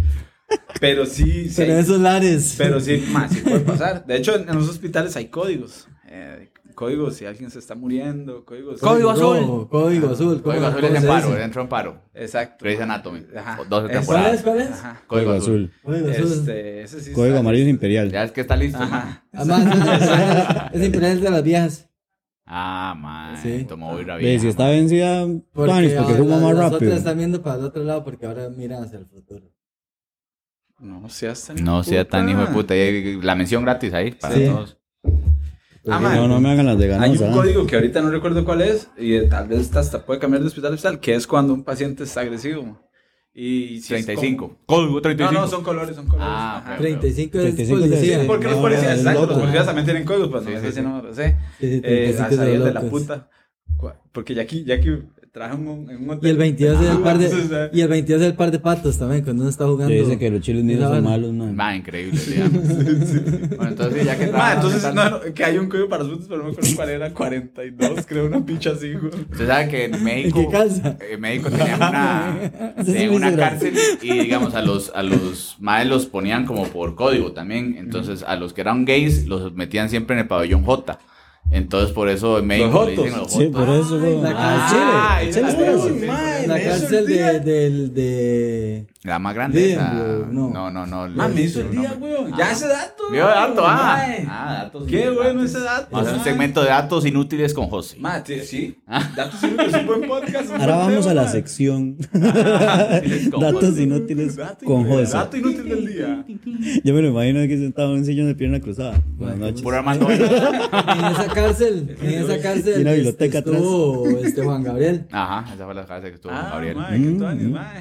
Speaker 4: Pero sí, sí
Speaker 3: Pero
Speaker 4: hay-
Speaker 3: esos lares.
Speaker 4: pero sí, ma, sí puede pasar. De hecho, en, en los hospitales hay códigos. eh, códigos si alguien se está muriendo, códigos.
Speaker 1: Código azul.
Speaker 3: rojo, Código azul. ¿cómo-
Speaker 1: Ah, Código azul
Speaker 3: cómo
Speaker 1: es en
Speaker 3: se
Speaker 1: paro,
Speaker 3: dice?
Speaker 1: entró en paro.
Speaker 4: Exacto.
Speaker 1: Grey's Anatomy.
Speaker 4: Ajá.
Speaker 1: O 12
Speaker 4: Eso.
Speaker 3: ¿Cuál es?
Speaker 1: temporadas.
Speaker 3: ¿Cuál es?
Speaker 4: Ajá.
Speaker 1: Código azul.
Speaker 3: Código azul.
Speaker 4: Este, ese sí
Speaker 2: Código
Speaker 4: está-
Speaker 2: amarillo imperial.
Speaker 1: Ya es que está listo. mae.
Speaker 4: Ajá.
Speaker 3: Ah, Además, es impresionante de las viejas.
Speaker 1: Ah, mae.
Speaker 3: Sí.
Speaker 1: Tomó hoy la
Speaker 2: Ve,
Speaker 1: vieja,
Speaker 2: si está
Speaker 1: mae.
Speaker 2: vencida,
Speaker 3: Porque,
Speaker 2: Tuanis, porque
Speaker 3: ahora
Speaker 2: fuma más
Speaker 3: las
Speaker 2: rápido.
Speaker 3: otras están viendo para el otro lado porque ahora miran hacia el futuro.
Speaker 4: No seas tan
Speaker 1: No sea tan hijo de
Speaker 4: puta.
Speaker 1: puta. y La mención gratis ahí para
Speaker 3: Sí.
Speaker 1: todos.
Speaker 4: Ah, ma,
Speaker 2: No, no me hagan las de
Speaker 4: Hay un
Speaker 2: ganosa. ¿eh?
Speaker 4: código que ahorita no recuerdo cuál es, y eh, tal vez hasta, hasta puede cambiar de hospital a hospital, que es cuando un paciente está agresivo. ma. Y si es
Speaker 1: 35. Código
Speaker 4: como-
Speaker 1: 35.
Speaker 4: No, no, son colores, son colores.
Speaker 1: Ah,
Speaker 4: ajá.
Speaker 1: ok.
Speaker 3: 35 es
Speaker 2: 35 es de-
Speaker 3: policía.
Speaker 2: Sí,
Speaker 4: Porque los
Speaker 2: No,
Speaker 4: policías,
Speaker 2: es
Speaker 4: exacto, los
Speaker 2: loco.
Speaker 4: policías también tienen códigos, pues
Speaker 1: Sí,
Speaker 4: no,
Speaker 1: sí,
Speaker 4: sé si
Speaker 1: sí.
Speaker 4: no me lo sé.
Speaker 3: Sí, sí,
Speaker 4: Eh,
Speaker 3: 35
Speaker 4: hasta
Speaker 3: de
Speaker 4: ahí es de la
Speaker 3: locos.
Speaker 4: puta. Cua- Porque ya aquí, ya aquí traje un, en un hotel.
Speaker 3: Y el 22 es
Speaker 4: Ah,
Speaker 3: el par
Speaker 4: entonces, eh,
Speaker 3: de y el 22 es el par de patos también cuando uno está jugando.
Speaker 2: Que dice que los chiles negros son malos, man.
Speaker 1: Va, increíble, digamos. Bueno, entonces ya que
Speaker 4: Ah,
Speaker 1: estábamos
Speaker 4: entonces,
Speaker 1: hablando-
Speaker 4: no, no, que hay un código para asuntos, pero no me acuerdo cuál era, 42, creo, una picha así, güey.
Speaker 1: Usted sabe que en México.
Speaker 3: ¿En qué calza?
Speaker 1: En México tenían una,
Speaker 3: Eso sí
Speaker 1: tenían
Speaker 3: me
Speaker 1: una
Speaker 3: hizo gracia.
Speaker 1: cárcel y, digamos, a los, a los madres los ponían como por código también. Entonces, a los que eran gays los metían siempre en el pabellón J. Entonces, por eso en México le dicen
Speaker 4: jotos.
Speaker 1: los jotos.
Speaker 2: Sí, por eso, weón.
Speaker 3: la
Speaker 2: Ah, el chile.
Speaker 1: Ah,
Speaker 2: El
Speaker 1: esa
Speaker 2: chile
Speaker 1: la
Speaker 2: es
Speaker 1: tengo.
Speaker 2: negro.
Speaker 3: En la cárcel de, del de
Speaker 1: La más grande. esa-
Speaker 3: Bien, bro, no.
Speaker 1: No, no, no.
Speaker 4: Ma, Ah, me
Speaker 1: el-
Speaker 4: hizo el día,
Speaker 1: no,
Speaker 4: güey.
Speaker 1: Ah.
Speaker 4: Ya ese dato.
Speaker 1: Vio dato,
Speaker 4: güey,
Speaker 1: ah.
Speaker 4: mae.
Speaker 1: Ah, datos
Speaker 4: Qué
Speaker 1: inútiles.
Speaker 4: bueno ese dato.
Speaker 1: Vamos a hacer
Speaker 4: ah.
Speaker 1: un segmento de datos inútiles con José.
Speaker 4: Ma, t- sí.
Speaker 1: Ah.
Speaker 4: Datos inútiles, un buen podcast. un
Speaker 2: Ahora
Speaker 4: buen
Speaker 2: vamos
Speaker 4: tema,
Speaker 2: a la
Speaker 4: ma.
Speaker 2: sección
Speaker 1: Con
Speaker 2: Datos
Speaker 1: José.
Speaker 2: inútiles
Speaker 4: Dato
Speaker 2: con
Speaker 4: inútil,
Speaker 2: José.
Speaker 4: Dato inútil del día.
Speaker 2: Yo me lo imagino aquí sentado en un sillón de pierna cruzada. Buenas noches.
Speaker 1: Puro Armando Vela.
Speaker 3: en esa cárcel, en esa
Speaker 2: Y
Speaker 3: cárcel
Speaker 2: una biblioteca
Speaker 3: este, estuvo este Juan Gabriel.
Speaker 1: Ajá, esa fue la frase que estuvo con
Speaker 4: Ah,
Speaker 1: Gabriel.
Speaker 4: ma, qué Ah,
Speaker 2: Mm,
Speaker 4: tuanis,
Speaker 2: mm.
Speaker 4: ma.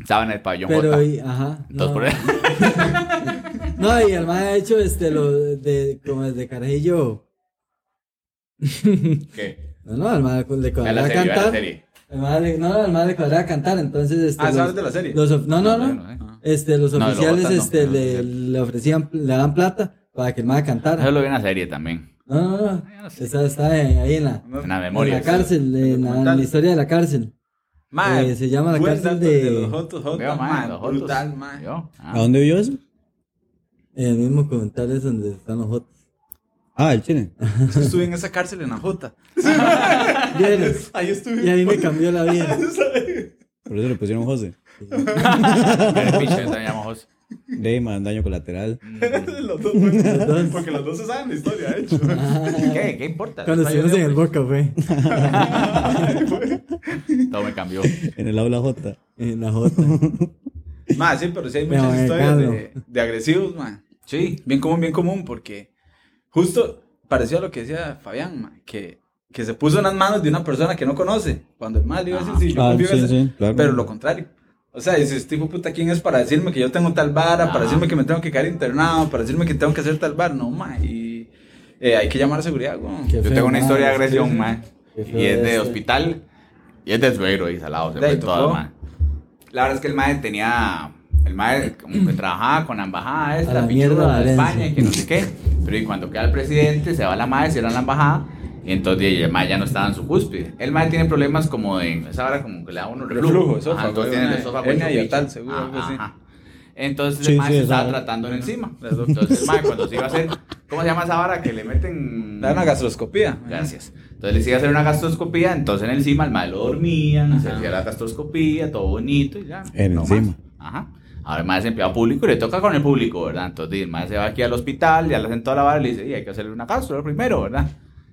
Speaker 1: Estaba en el pabellón
Speaker 3: Pero
Speaker 1: J.
Speaker 3: y, ajá,
Speaker 1: Entonces,
Speaker 3: no,
Speaker 1: por eso-
Speaker 3: no, y el mae ha hecho este lo de como desde Carajillo.
Speaker 1: ¿Qué?
Speaker 3: No, no, al mae le
Speaker 1: Ve
Speaker 3: cuadraba
Speaker 1: la serie, ve la
Speaker 3: cantar.
Speaker 1: serie.
Speaker 3: El mae le- no, no, al mae le cuadraba cantar, entonces este
Speaker 4: Ah,
Speaker 3: los-
Speaker 4: ¿sabes de la serie?
Speaker 3: los of- no, no, no.
Speaker 1: sé.
Speaker 3: Este, los
Speaker 1: Ah, No, lo
Speaker 3: oficiales
Speaker 1: botan, no,
Speaker 3: este,
Speaker 1: no,
Speaker 3: le,
Speaker 1: no,
Speaker 3: le ofrecían, le daban plata para que el mae
Speaker 1: Eso
Speaker 3: cantara.
Speaker 1: lo vi en la serie también.
Speaker 3: No, no, no. Está, está ahí en la,
Speaker 4: No,
Speaker 1: Ah, En la
Speaker 3: en
Speaker 1: memoria.
Speaker 3: la cárcel, en la, en la
Speaker 4: documental.
Speaker 3: historia de la cárcel.
Speaker 4: Mae,
Speaker 3: Eh, se llama la
Speaker 4: buen
Speaker 3: cárcel
Speaker 4: dato
Speaker 3: de-
Speaker 4: los Jotos, Jotos,
Speaker 1: Veo,
Speaker 4: mae,
Speaker 1: mae, los jotos.
Speaker 4: brutal, mae.
Speaker 1: Veo,
Speaker 2: ¿A
Speaker 1: ah.
Speaker 2: dónde vio eso?
Speaker 3: En el mismo comentario es donde están los hotos.
Speaker 2: Ah, el chile.
Speaker 4: Es que estuve en esa cárcel en la Jota. Ahí
Speaker 3: Y
Speaker 4: estuve.
Speaker 3: ahí me cambió la vida.
Speaker 2: Por eso le pusieron José.
Speaker 1: Pero picha, te llamo José.
Speaker 2: De más daño colateral.
Speaker 4: Los dos, güey. Porque los dos se saben la historia, de hecho.
Speaker 1: ¿Qué? ¿Qué importa?
Speaker 3: Ah, Cuando
Speaker 1: Está pues. yo
Speaker 3: estuvimos en el Boca Café,
Speaker 1: Todo me cambió.
Speaker 2: En el aula J.
Speaker 3: en la Jota.
Speaker 4: Mae, sí, pero sí hay
Speaker 3: Me
Speaker 4: muchas
Speaker 3: voy a
Speaker 4: historias
Speaker 3: dejarlo.
Speaker 4: de, de agresivos, mae. Sí, bien común, bien común, porque justo parecía lo que decía Fabián, mae, que, que se puso en las manos de una persona que no conoce. Cuando el mal iba a decir, sí, yo
Speaker 2: Ah,
Speaker 4: confío en
Speaker 2: sí,
Speaker 4: ese-
Speaker 2: sí, claro.
Speaker 4: Pero lo contrario. O sea, dice, este hijo de puta, ¿quién es para decirme que yo tengo tal vara? Para decirme que me tengo que quedar internado, para decirme que tengo que hacer tal vara. No, mae, y eh, hay que llamar a seguridad, güey.
Speaker 3: Qué
Speaker 1: Yo
Speaker 3: feo,
Speaker 1: tengo una
Speaker 3: mae,
Speaker 1: historia de
Speaker 3: es que
Speaker 1: agresión,
Speaker 3: sí.
Speaker 1: man.
Speaker 3: Qué
Speaker 1: Y
Speaker 3: feo
Speaker 1: es de
Speaker 3: ese.
Speaker 1: hospital. Y es de suegro y salado. Se
Speaker 4: De ahí
Speaker 1: fue todo,
Speaker 4: tocó.
Speaker 1: mae. La verdad es que el mae tenía. El mae como que trabajaba con la embajada
Speaker 3: A
Speaker 1: esta,
Speaker 3: la
Speaker 1: pichuda
Speaker 3: mierda,
Speaker 1: de
Speaker 3: Valencia.
Speaker 1: España y que no sé qué. Pero y cuando queda el presidente, se va la mae, cierran la embajada. Y entonces y el mae ya no estaba en su cúspide. El mae tiene problemas como de. Esa hora como que le da uno reflujo.
Speaker 4: Reflujo, esófago,
Speaker 1: Ajá, entonces tiene el
Speaker 4: una
Speaker 1: esófago
Speaker 4: hernia
Speaker 1: hecho
Speaker 4: hiatal,
Speaker 1: picha.
Speaker 4: seguro,
Speaker 1: Ajá,
Speaker 4: algo así.
Speaker 1: ajá. Entonces
Speaker 2: Sí,
Speaker 1: el mae
Speaker 2: sí,
Speaker 1: se
Speaker 2: esa
Speaker 1: estaba
Speaker 2: vara.
Speaker 1: tratando en encima. Entonces el mae cuando se iba a hacer. ¿Cómo se llama esa vara que le meten?
Speaker 4: Da una gastroscopía.
Speaker 1: Gracias. Entonces les iba a hacer una gastroscopía, entonces en el CIMA el mal lo dormían, se hacía la gastroscopía, todo bonito y ya.
Speaker 2: En el CIMA.
Speaker 1: más. Ajá. Ahora el mal es empleado público y le toca con el público, ¿verdad? Entonces el mal se va aquí al hospital, ya le hacen toda la vara y le dice, y hay que hacerle una gastro primero, ¿verdad?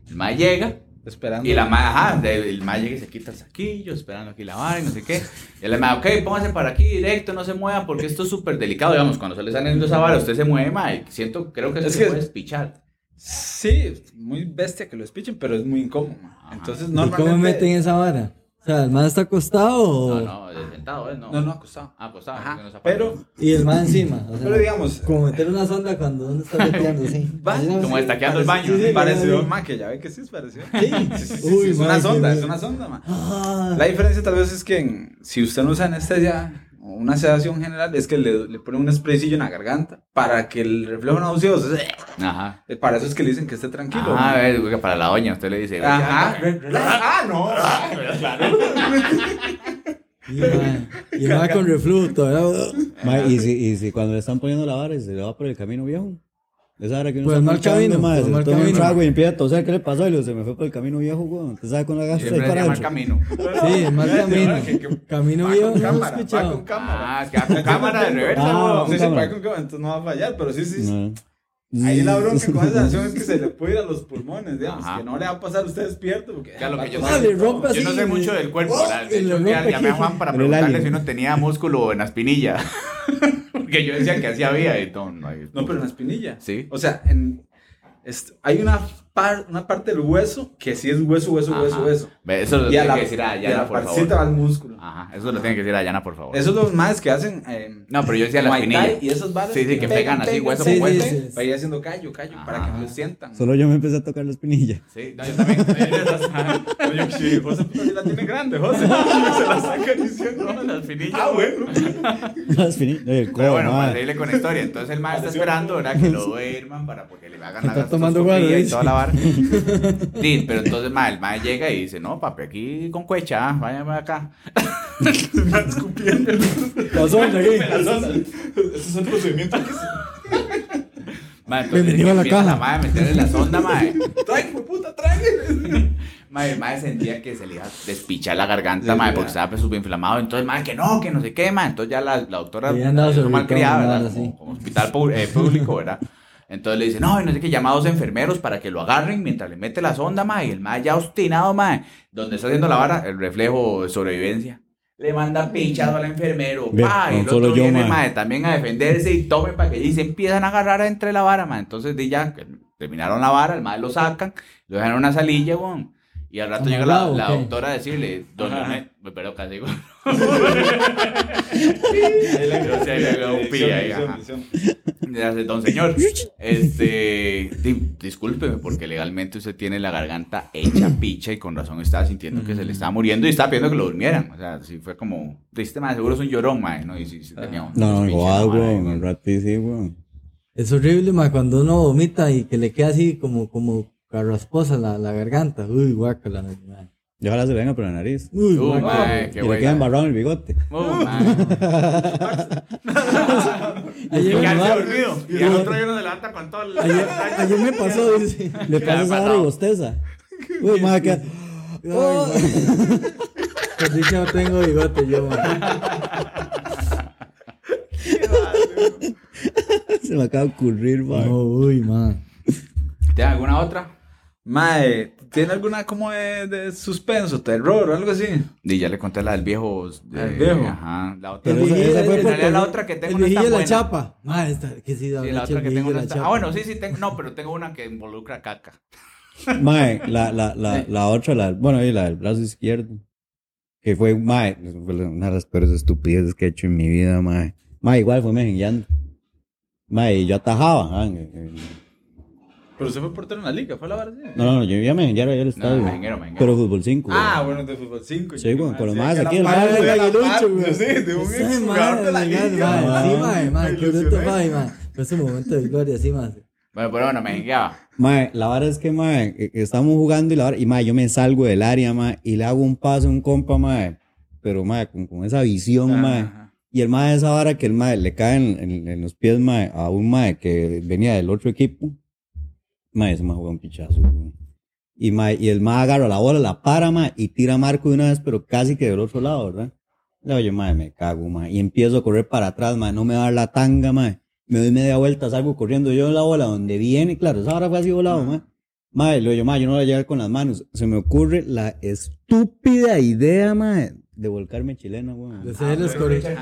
Speaker 1: El mal llega
Speaker 4: Esperando.
Speaker 1: y la mal, ajá, de- el mal llega y se quita el saquillo, esperando aquí la vara y no sé qué. Y el mal, ok, póngase para aquí directo, no se mueva porque esto es súper delicado, digamos, cuando se le están haciendo esa vara, usted se mueve, mal, siento, creo que
Speaker 4: Es
Speaker 1: es
Speaker 4: que-
Speaker 1: que puede espichar.
Speaker 4: Sí, muy bestia que lo espichen, pero es muy incómodo. mae. Entonces,
Speaker 3: ¿Y
Speaker 4: normalmente...
Speaker 3: cómo meten esa vara? O sea, el man está acostado o-
Speaker 1: No, no, de sentado, ¿eh? No,
Speaker 4: No, no, acostado.
Speaker 1: Ah, acostado, porque no se
Speaker 4: Ajá,
Speaker 1: aparta.
Speaker 4: pero,
Speaker 3: y el man encima. O sea,
Speaker 4: pero digamos...
Speaker 3: como meter una sonda cuando uno está meteando, sí.
Speaker 4: Va,
Speaker 3: Así,
Speaker 1: como
Speaker 3: así.
Speaker 1: destaqueando el baño.
Speaker 3: Sí, sí,
Speaker 4: Pareció,
Speaker 3: sí.
Speaker 4: ma, que ya ve que sí es parecido.
Speaker 3: Sí.
Speaker 4: Sí, sí, sí,
Speaker 3: Uy,
Speaker 4: sí, es
Speaker 3: ma,
Speaker 4: una
Speaker 3: qué
Speaker 4: sonda, es
Speaker 3: miedo.
Speaker 4: una sonda, ma.
Speaker 3: Ah,
Speaker 4: La diferencia tal vez es que en- si usted no usa anestesia o una sedación general, es que le, le ponen un spraycillo en la garganta para que el reflejo nauseoso, eh,
Speaker 1: Ajá.
Speaker 4: para eso es que le dicen que esté tranquilo.
Speaker 1: Ah,
Speaker 4: ma.
Speaker 1: a ver, güey, para la doña, usted le dice.
Speaker 4: Ajá.
Speaker 1: "Ya,
Speaker 4: re- relaja". Ah, no.
Speaker 3: y man- y el man con reflujo todavía.
Speaker 2: Ma, y, si, y si cuando le están poniendo la vara y se le va por el camino viejo. Esa hora que uno
Speaker 3: Por el Pues
Speaker 2: está
Speaker 3: mal
Speaker 2: marchando,
Speaker 3: camino,
Speaker 2: ma,
Speaker 3: por el
Speaker 2: se
Speaker 3: mal
Speaker 2: toma un
Speaker 3: camino.
Speaker 2: trago y empieza a toser. ¿Qué le pasó? Y le digo, se me fue por el camino viejo, weón. Usted sabe con la gasta y
Speaker 1: Siempre se
Speaker 2: para
Speaker 1: llama el
Speaker 2: adentro.
Speaker 1: camino.
Speaker 3: Sí, el mal
Speaker 4: Mira,
Speaker 3: camino.
Speaker 4: ahora que- que-
Speaker 3: Camino
Speaker 4: va
Speaker 3: viejo, no
Speaker 4: con
Speaker 3: lo he
Speaker 4: cámara, va
Speaker 3: escuchado.
Speaker 4: con cámara.
Speaker 1: Ah, que hace cámara de reversa,
Speaker 2: Ah,
Speaker 1: güey.
Speaker 2: con
Speaker 4: Sí, sí,
Speaker 2: cámara.
Speaker 4: va con cámara, entonces no va a fallar, pero sí, sí. sí.
Speaker 2: No.
Speaker 4: Ahí la bronca con esa acción es que se le puede ir a los pulmones, digamos,
Speaker 1: Ajá.
Speaker 4: que no le va a pasar a usted despierto. Porque,
Speaker 1: Ya lo que yo
Speaker 4: va a
Speaker 1: sé.
Speaker 4: pasar
Speaker 3: Vale,
Speaker 4: de todo.
Speaker 3: rompe
Speaker 1: Yo no sé
Speaker 3: Sí,
Speaker 1: mucho
Speaker 3: sí.
Speaker 1: del cuerpo,
Speaker 3: Oh,
Speaker 1: ¿verdad? De
Speaker 3: y
Speaker 1: hecho,
Speaker 3: le
Speaker 1: un día
Speaker 3: rompe
Speaker 1: llamé a
Speaker 3: aquí.
Speaker 1: Juan para
Speaker 2: El
Speaker 1: preguntarle
Speaker 2: alien.
Speaker 1: si uno tenía músculo en aspinilla. Porque yo decía que así había y todo. No, hay-
Speaker 4: No, pero en la espinilla.
Speaker 1: Sí.
Speaker 4: O sea, en, es- hay una, par- una parte del hueso que sí es hueso, hueso,
Speaker 1: Ajá.
Speaker 4: hueso, hueso.
Speaker 1: Ve, Eso lo
Speaker 4: Y a
Speaker 1: tiene
Speaker 4: la,
Speaker 1: que decir a
Speaker 4: y a la
Speaker 1: Yana, por
Speaker 4: partecita va
Speaker 1: favor.
Speaker 4: el músculo.
Speaker 1: Ajá, eso lo tiene que decir a Yana, por favor.
Speaker 4: Esos son los más que hacen. eh,
Speaker 1: No, pero yo decía la
Speaker 4: Muay Thai
Speaker 1: espinilla.
Speaker 4: Y esos balas
Speaker 1: Sí, sí, que pegan así, hueso
Speaker 3: Sí,
Speaker 1: con
Speaker 3: sí,
Speaker 1: hueso. Ah.
Speaker 3: sí.
Speaker 4: Para ir haciendo callo, callo, para que
Speaker 1: Ajá.
Speaker 4: lo sientan.
Speaker 2: Solo yo me empecé a tocar la espinilla.
Speaker 1: Sí, no, yo también.
Speaker 4: Oye, sí, José puta, sí la tiene grande, José. se la saca diciendo.
Speaker 1: No, la espinilla.
Speaker 4: Ah, bueno.
Speaker 2: La espinilla. El codo,
Speaker 1: Pero bueno,
Speaker 2: ma.
Speaker 1: para seguirle con la historia. Entonces el maestro está esperando, ¿verdad? Que lo duerman para porque le hagan la
Speaker 3: Está tomando guaro,
Speaker 1: gastroscopía y
Speaker 3: dice.
Speaker 1: toda la vara. Sí, pero entonces ma, el maestro llega y dice, no, papi, aquí con cuecha, ah, váyame acá.
Speaker 4: Está escupiendo.
Speaker 3: La sonda, ¿qué?
Speaker 4: Ese es el procedimiento que se.
Speaker 1: Ma, entonces
Speaker 3: Bienvenido a la
Speaker 1: empieza
Speaker 3: caja.
Speaker 1: ma, a meterle la sonda, mae.
Speaker 4: Trae, hijo de puta, trae.
Speaker 1: Mae, el mae sentía que se le iba a despichar la garganta,
Speaker 4: Sí,
Speaker 1: mae,
Speaker 4: sí,
Speaker 1: porque
Speaker 4: ya.
Speaker 1: estaba pues, súper inflamado. Entonces, mae, que no, que no se quema. Entonces ya la, la doctora,
Speaker 3: Y ya andaba
Speaker 1: no malcriada,
Speaker 3: sobrecargada,
Speaker 1: ¿verdad?
Speaker 3: sí.
Speaker 1: Como, como hospital pu- eh, público, ¿verdad? Entonces le dice, no, y no sé qué, llama a dos enfermeros para que lo agarren mientras le mete la sonda, mae. Y el mae ya obstinado, mae. Donde está haciendo la vara, el reflejo de sobrevivencia. Le manda pinchado al enfermero,
Speaker 2: Ve,
Speaker 1: pa, y
Speaker 2: no
Speaker 1: el
Speaker 2: solo
Speaker 1: otro
Speaker 2: yo,
Speaker 1: viene,
Speaker 2: mae.
Speaker 1: mae, también a defenderse y tomen para que y se empiezan a agarrar entre la vara, mae. Entonces, de ya, que terminaron la vara, el mae lo sacan, lo dejan en una salilla, weón. Y al rato llega la,
Speaker 3: ¿Amarrado o
Speaker 1: la
Speaker 3: qué?
Speaker 1: doctora a decirle, don Leonel, me perdón, casi digo. Yo sí, ahí le hago un pi ahí, ajá. Le hace, don señor, este, di- discúlpeme, porque legalmente usted tiene la garganta hecha picha y con razón estaba sintiendo que se le estaba muriendo y estaba pidiendo que lo durmieran. O sea, sí fue como, este mae seguro es un llorón, mae, ¿no? Y sí, sí tenía un
Speaker 2: No,
Speaker 1: pinche
Speaker 2: igual,
Speaker 1: mala ahí,
Speaker 2: weón. Al ratito sí, weón.
Speaker 3: Es horrible, ma, cuando uno vomita y que le queda así como, como carrasposa la, la garganta. Uy, guácala, ma.
Speaker 2: Y ojalá se le venga por la nariz.
Speaker 3: Uy,
Speaker 1: Uh,
Speaker 3: mae,
Speaker 1: mae,
Speaker 2: y
Speaker 1: qué
Speaker 2: le queda
Speaker 1: bueno.
Speaker 2: embarrado en el bigote.
Speaker 1: Uh, mae.
Speaker 3: ayer,
Speaker 2: Y
Speaker 5: Quedarse
Speaker 2: no,
Speaker 5: dormido. Y al otro día uno se levanta con todo el.
Speaker 3: ayer- ayer me pasó, dice.
Speaker 2: Le
Speaker 1: ¿Qué
Speaker 2: pasa
Speaker 1: le ha
Speaker 2: esa vara y
Speaker 1: pasado?
Speaker 2: bosteza. Uy, madre, queda-
Speaker 3: Oh. Pues sí que no tengo bigote yo, mae.
Speaker 2: se me acaba de ocurrir, madre.
Speaker 3: No, uy, mae.
Speaker 1: ¿Tiene alguna otra?
Speaker 4: Mae, ¿tiene alguna como de, de suspenso, terror o algo así?
Speaker 1: Y ya le conté la del viejo. de-
Speaker 4: El viejo.
Speaker 1: Ajá. La otra.
Speaker 2: Pero
Speaker 3: El
Speaker 2: esa-
Speaker 3: viejillo-
Speaker 2: esa fue
Speaker 3: el-
Speaker 1: En
Speaker 2: por-
Speaker 1: realidad la otra que
Speaker 3: el
Speaker 1: tengo no
Speaker 3: viejillo
Speaker 1: está
Speaker 3: de la
Speaker 1: buena.
Speaker 3: chapa. Ah, esta, que sí,
Speaker 1: Sí,
Speaker 3: habrá
Speaker 1: la
Speaker 3: hecho
Speaker 1: otra
Speaker 3: el
Speaker 1: que tengo
Speaker 3: viejillo de
Speaker 1: no
Speaker 3: la
Speaker 1: está.
Speaker 3: chapa.
Speaker 1: Ah, bueno, sí, sí, tengo. No, pero tengo una que involucra caca.
Speaker 2: Mae, la, la, la, la otra, la, bueno, y la del brazo izquierdo. Que fue, mae, fue una de las peores estupideces que he hecho en mi vida, mae. Mae, igual fue mejengueando. Mae, y yo atajaba. ah, en- en-
Speaker 4: Pero usted fue portero en la liga, fue la verdad. sí?
Speaker 2: No, no, yo iba a mejenguear allá al estadio.
Speaker 1: mejenguero, mejenguero.
Speaker 2: Pero fútbol 5.
Speaker 4: Ah, bueno, de fútbol 5.
Speaker 2: Sí, bueno, con los más aquí, el
Speaker 3: mae del aguilucho, güey.
Speaker 4: Sí, de un
Speaker 3: Esa es
Speaker 4: exjugador de la
Speaker 3: madre, madre,
Speaker 4: liga.
Speaker 3: madre. Sí,
Speaker 2: Ah.
Speaker 3: mae, mae,
Speaker 4: Me
Speaker 3: qué bruto,
Speaker 4: ilusioné.
Speaker 3: mae, mae. Fue su momento de gloria, sí, mae.
Speaker 1: Bueno, pero bueno, me jengueaba.
Speaker 2: Mae, la vara es que, mae, eh, estamos jugando y la vara, y mae, yo me salgo del área, mae, y le hago un pase a un compa, mae. Pero, mae, con, con esa visión, mae. Y el mae de esa vara que el mae le cae en, en- en los pies mae, a un mae que venía del otro equipo. Mae, ese mae juega un pichazo. güey. Y, mae, y el mae agarra la bola, la para mae, y tira a Marco de una vez, pero casi que del otro lado, ¿verdad? Le digo yo, mae, me cago, mae. Y empiezo a correr para atrás, mae, no me va a dar la tanga, mae. Me doy media vuelta, salgo corriendo yo en la bola, donde viene, claro, esa vara fue así volado, mae. Mae, le digo yo, mae, yo no voy a llegar con las manos. Se me ocurre la estúpida idea, mae, de volcarme chilena, weón.
Speaker 3: Le hacía el escorpión.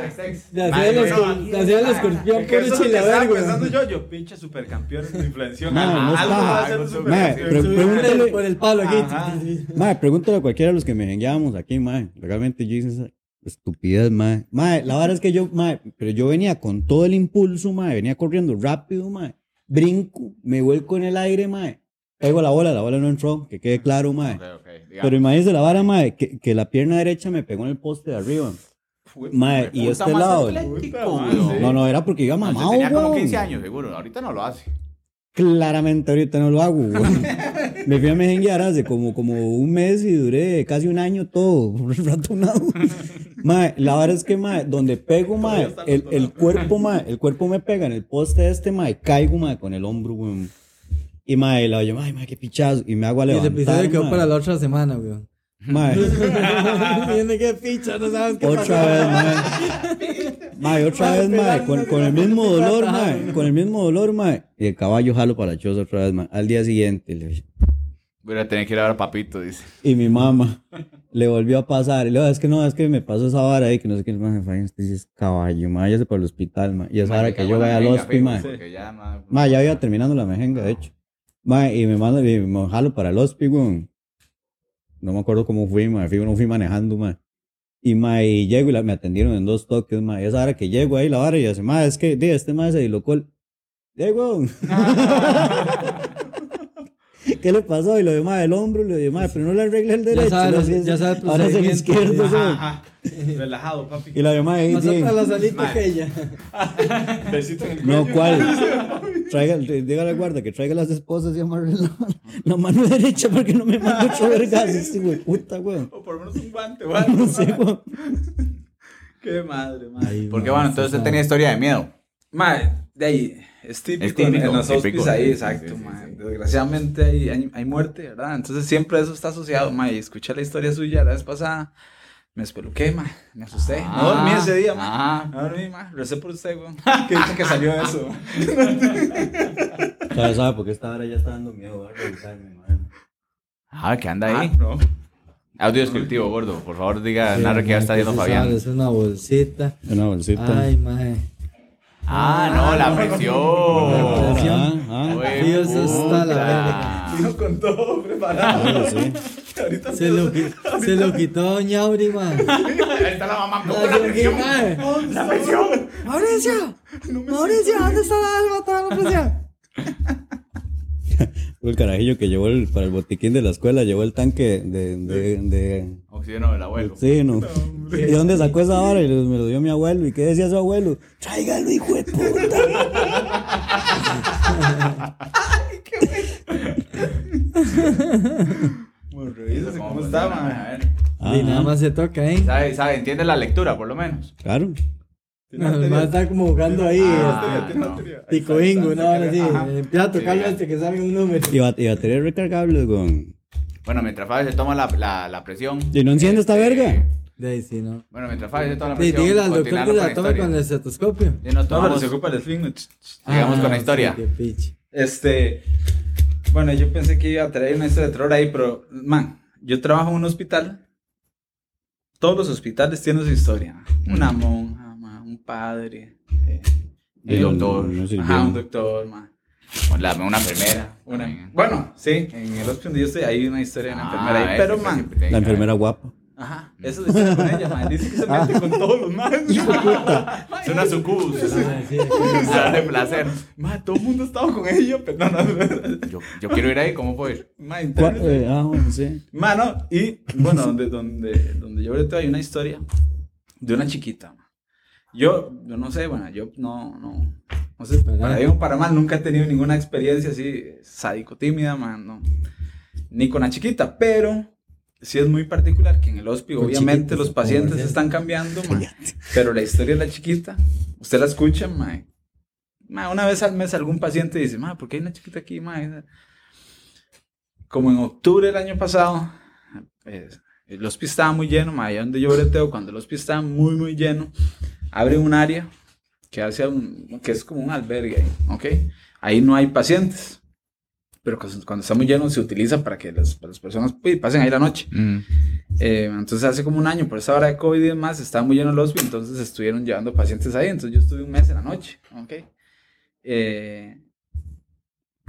Speaker 3: Le hacía
Speaker 1: Mae,
Speaker 3: el
Speaker 1: no,
Speaker 3: escor- le hacía el escorpión por
Speaker 5: Eso
Speaker 3: el
Speaker 5: es lo que
Speaker 3: chilaver,
Speaker 5: estaba
Speaker 3: güey.
Speaker 5: pensando yo, yo, pinche supercampeón, me influenció.
Speaker 2: No, no
Speaker 5: Ajá, algo
Speaker 2: estaba.
Speaker 5: va a ser
Speaker 1: Algo
Speaker 5: un
Speaker 1: tuvo
Speaker 2: que
Speaker 5: supercampeón.
Speaker 2: hacer. Pre- pregúntale-
Speaker 3: Por el- Por el palo
Speaker 5: Ajá.
Speaker 3: aquí.
Speaker 2: Mae, pregúntale a cualquiera de los que me jengueábamos aquí, mae. Realmente yo hice esa estupidez, mae. Mae, la verdad es que yo, mae, pero yo venía con todo el impulso, mae. Venía corriendo rápido, mae. Brinco, me vuelco en el aire, mae. Caigo a la bola, la bola no entró, que quede claro, mae.
Speaker 1: Ok, ok. digamos.
Speaker 2: Pero imagínese la vara, mae, que, que la pierna derecha me pegó en el poste de arriba. Mae, y
Speaker 1: Puta,
Speaker 2: este
Speaker 1: más
Speaker 2: lado.
Speaker 1: atlético,
Speaker 4: Puta,
Speaker 1: güey.
Speaker 4: mae, sí.
Speaker 2: No, no, era porque iba
Speaker 1: No, usted
Speaker 2: mamado,
Speaker 1: tenía como
Speaker 2: weón.
Speaker 1: 15 años, seguro. Ahorita no lo hace.
Speaker 2: Claramente ahorita no lo hago, weón. Me fui a mejenguear hace como, como un mes y duré casi un año todo, ratonado. Mae, la verdad es que, mae, donde pego, mae, el, el cuerpo, mae, el cuerpo me pega en el poste este, mae, caigo, mae, con el hombro, weón. Y, mae, la oye, mae, mae, qué pichazo. Y me hago a
Speaker 3: Y ese
Speaker 2: levantar,
Speaker 3: episodio quedó
Speaker 2: mae.
Speaker 3: para la otra semana, güey.
Speaker 2: Mae,
Speaker 3: Tiene que picha, no sabes qué
Speaker 2: Otra
Speaker 3: pasó.
Speaker 2: vez, mae. Mae, otra vez, mae. Con, con el mismo dolor, mae. Con el mismo dolor, mae. Y el caballo jalo para la choza otra vez, mae. Al día siguiente, le dije.
Speaker 1: Voy a tener que ir a ver a Papito, dice.
Speaker 2: Y mi mamá le volvió a pasar. Y le digo, es que no, es que me pasó esa vara ahí, que no sé qué. Mae, fue, este sí es caballo, mae. Váyase para el hospital, mae. Y esa
Speaker 1: Mae,
Speaker 2: vara
Speaker 1: me
Speaker 2: Pues que
Speaker 1: cago
Speaker 2: yo
Speaker 1: en la
Speaker 2: vaya al
Speaker 1: mejenga,
Speaker 2: hospital,
Speaker 1: fijo,
Speaker 2: mae.
Speaker 1: porque ya, mae,
Speaker 2: Ma, ya iba terminando la mejenga, de hecho. Ma, y me manda, y me jalo para el hospital, weón. No me acuerdo cómo fui, ma. Fui, no fui manejando, ma. Y, ma, y llego y la- me atendieron en dos toques, ma. Y esa hora que llego ahí, la vara, y hace, ma, es que, di, este ma se dislocó el... Di, weón. ¿Qué le pasó? Y lo demás del hombro, y lo demás, pero no le arreglé el derecho.
Speaker 3: sabe,
Speaker 2: no sé,
Speaker 3: ya sabe el
Speaker 2: Ahora es el
Speaker 3: procedimiento.
Speaker 2: izquierdo,
Speaker 4: Ajá,
Speaker 2: weón.
Speaker 4: ajá. Relajado, papi.
Speaker 2: Y lo demás, ahí,
Speaker 3: Pasó
Speaker 2: di,
Speaker 3: para la salita
Speaker 4: Mae.
Speaker 3: aquella.
Speaker 4: Besito en el
Speaker 2: No,
Speaker 4: cuello.
Speaker 2: ¿cuál? Traiga, dígale al guarda que traiga las esposas y amarre la, la mano derecha porque no me mando otro vergazo. Ah, Sí, güey, puta, güey.
Speaker 4: O por lo menos un guante, o algo.
Speaker 2: Sí, güey.
Speaker 4: Qué madre, madre.
Speaker 1: Porque bueno, entonces usted tenía historia de miedo.
Speaker 4: Madre, de ahí, es típico,
Speaker 1: Es típico,
Speaker 4: en- en los
Speaker 1: típico,
Speaker 4: hospices
Speaker 1: sí,
Speaker 4: ahí,
Speaker 1: sí,
Speaker 4: exacto,
Speaker 1: sí, sí,
Speaker 4: madre.
Speaker 1: sí.
Speaker 4: Desgraciadamente hay, hay, hay muerte, ¿verdad? Entonces siempre eso está asociado, madre. Y escuché la historia suya la vez pasada, me espeluqué, madre, me asusté. no dormí ese día, madre.
Speaker 1: Ah,
Speaker 4: No dormí, madre, recé por usted, weón. Que dice que salió eso.
Speaker 2: ¿Sabes Ah, sabe por qué esta hora ya está dando miedo? Voy a revisarme, man.
Speaker 1: ah, que anda
Speaker 4: Ah,
Speaker 1: ahí.
Speaker 4: no.
Speaker 1: Audio descriptivo, gordo. Por favor, diga, narra que ya está
Speaker 3: viendo
Speaker 1: yendo Fabián.
Speaker 3: Es una bolsita.
Speaker 2: Una bolsita.
Speaker 3: Ay, mae.
Speaker 1: Ah, no, la
Speaker 2: Oh.
Speaker 3: La
Speaker 1: presión.
Speaker 3: presión.
Speaker 2: ah, ah.
Speaker 1: Güey,
Speaker 3: Dios está la
Speaker 1: puta.
Speaker 3: verga.
Speaker 4: Vino con todo preparado.
Speaker 2: Ah, sí.
Speaker 4: Ahorita
Speaker 3: Se lo, qui- se lo quitó Doña Auri, mae.
Speaker 1: Ahí está la mamá.
Speaker 3: La presión, mae.
Speaker 4: la presión.
Speaker 3: Mauricio, Mauricio, ¿dónde está la alma toda la presión?
Speaker 2: Fue El carajillo que llevó el- para el botiquín de la escuela, llevó el tanque de. de, de-
Speaker 1: Oxígeno del abuelo.
Speaker 2: Sí, no. ¿Y dónde sacó esa vara? Y me lo dio mi abuelo. ¿Y qué decía su abuelo? Tráigalo, hijo de puta.
Speaker 4: Muy reído. dices cómo
Speaker 1: funciona,
Speaker 4: está, mae.
Speaker 1: mae, a ver.
Speaker 3: Y nada
Speaker 2: Ajá,
Speaker 3: más se toca, ¿eh?
Speaker 1: Sabe, sabe, entiende la lectura, por lo menos.
Speaker 2: Claro.
Speaker 3: No, el mae está como jugando ahí.
Speaker 1: Ah,
Speaker 3: este,
Speaker 1: no.
Speaker 3: Tico Ingo, ¿no? Ahora sí.
Speaker 4: Ajá.
Speaker 3: Empieza a tocarlo
Speaker 1: Sí.
Speaker 3: hasta este, que salga un número.
Speaker 2: Y, bat- y baterías recargables, weón.
Speaker 1: Bueno, mientras Fabio se toma la, la, la presión.
Speaker 2: ¿Y no enciende esta
Speaker 1: este,
Speaker 2: verga?
Speaker 3: De ahí sí, ¿no?
Speaker 1: Bueno, mientras Fabio se toma la
Speaker 3: Sí,
Speaker 1: presión.
Speaker 3: dígale al doctor
Speaker 1: continuando
Speaker 3: que la
Speaker 1: la
Speaker 3: tome
Speaker 1: historia.
Speaker 3: con el estetoscopio.
Speaker 1: Sí, nos
Speaker 4: No, pero
Speaker 1: tomamos-
Speaker 4: se ocupa el swing.
Speaker 1: Sigamos con la
Speaker 3: Ah, sí,
Speaker 1: historia.
Speaker 3: qué piche.
Speaker 4: Este, bueno, yo pensé que iba a traer una historia de terror ahí, pero, man, yo trabajo en un hospital. Todos los hospitales tienen su historia. ma. Una
Speaker 1: Mm.
Speaker 4: monja, ma, un padre. eh,
Speaker 1: El doctor.
Speaker 2: No, no sirvió.
Speaker 4: ajá, un doctor, ma,
Speaker 1: con la- una enfermera.
Speaker 4: una- bueno, sí, en el hospital donde yo estoy hay una historia de una enfermera ahí,
Speaker 1: Ah,
Speaker 4: pero,
Speaker 1: es que
Speaker 4: man,
Speaker 1: siempre tiene
Speaker 2: La
Speaker 1: que
Speaker 2: enfermera guapa.
Speaker 4: ajá, esa es la historia con ella, man. Dice que se
Speaker 1: Ah.
Speaker 4: mete con todos los manes.
Speaker 1: haber. Es una sucubus.
Speaker 3: Ah, sí, qué-
Speaker 1: de placer.
Speaker 4: Ma, todo el mundo estaba con ella, pero no, no,
Speaker 1: Yo, yo quiero ir ahí, ¿cómo puedo ir?
Speaker 4: ma,
Speaker 2: Gua-
Speaker 4: internet.
Speaker 2: eh, ah, bueno, sí.
Speaker 4: Mano, y bueno, donde, donde, donde yo ahorita hay una historia de una chiquita. ma. Yo, yo no sé, bueno, yo no, no, no sé, para bien o para mal, nunca he tenido ninguna experiencia así sádico, tímida, man, no. Ni con la chiquita, pero sí es muy particular que en el hospital,
Speaker 3: Con
Speaker 4: obviamente,
Speaker 3: chiquitas,
Speaker 4: los
Speaker 3: por
Speaker 4: pacientes
Speaker 3: favor,
Speaker 4: están cambiando, ma, pero la historia de la chiquita, usted la escucha, ma, ma, una vez al mes algún paciente dice, ma, ¿por qué hay una chiquita aquí, ma? Como en octubre del año pasado, eh, el hospital estaba muy lleno, ma, allá donde yo breteo, cuando el hospital estaba muy, muy lleno, abre un área que, hace a un, que es como un albergue, ahí, ¿ok? Ahí no hay pacientes, pero cu- cuando está muy lleno se utiliza para que las, para las personas pi, pasen ahí la noche. Eh, entonces hace como un año, por esa hora de COVID y demás, estaba muy lleno el hospital, entonces estuvieron llevando pacientes ahí, entonces yo estuve un mes en la noche, ¿ok? Eh,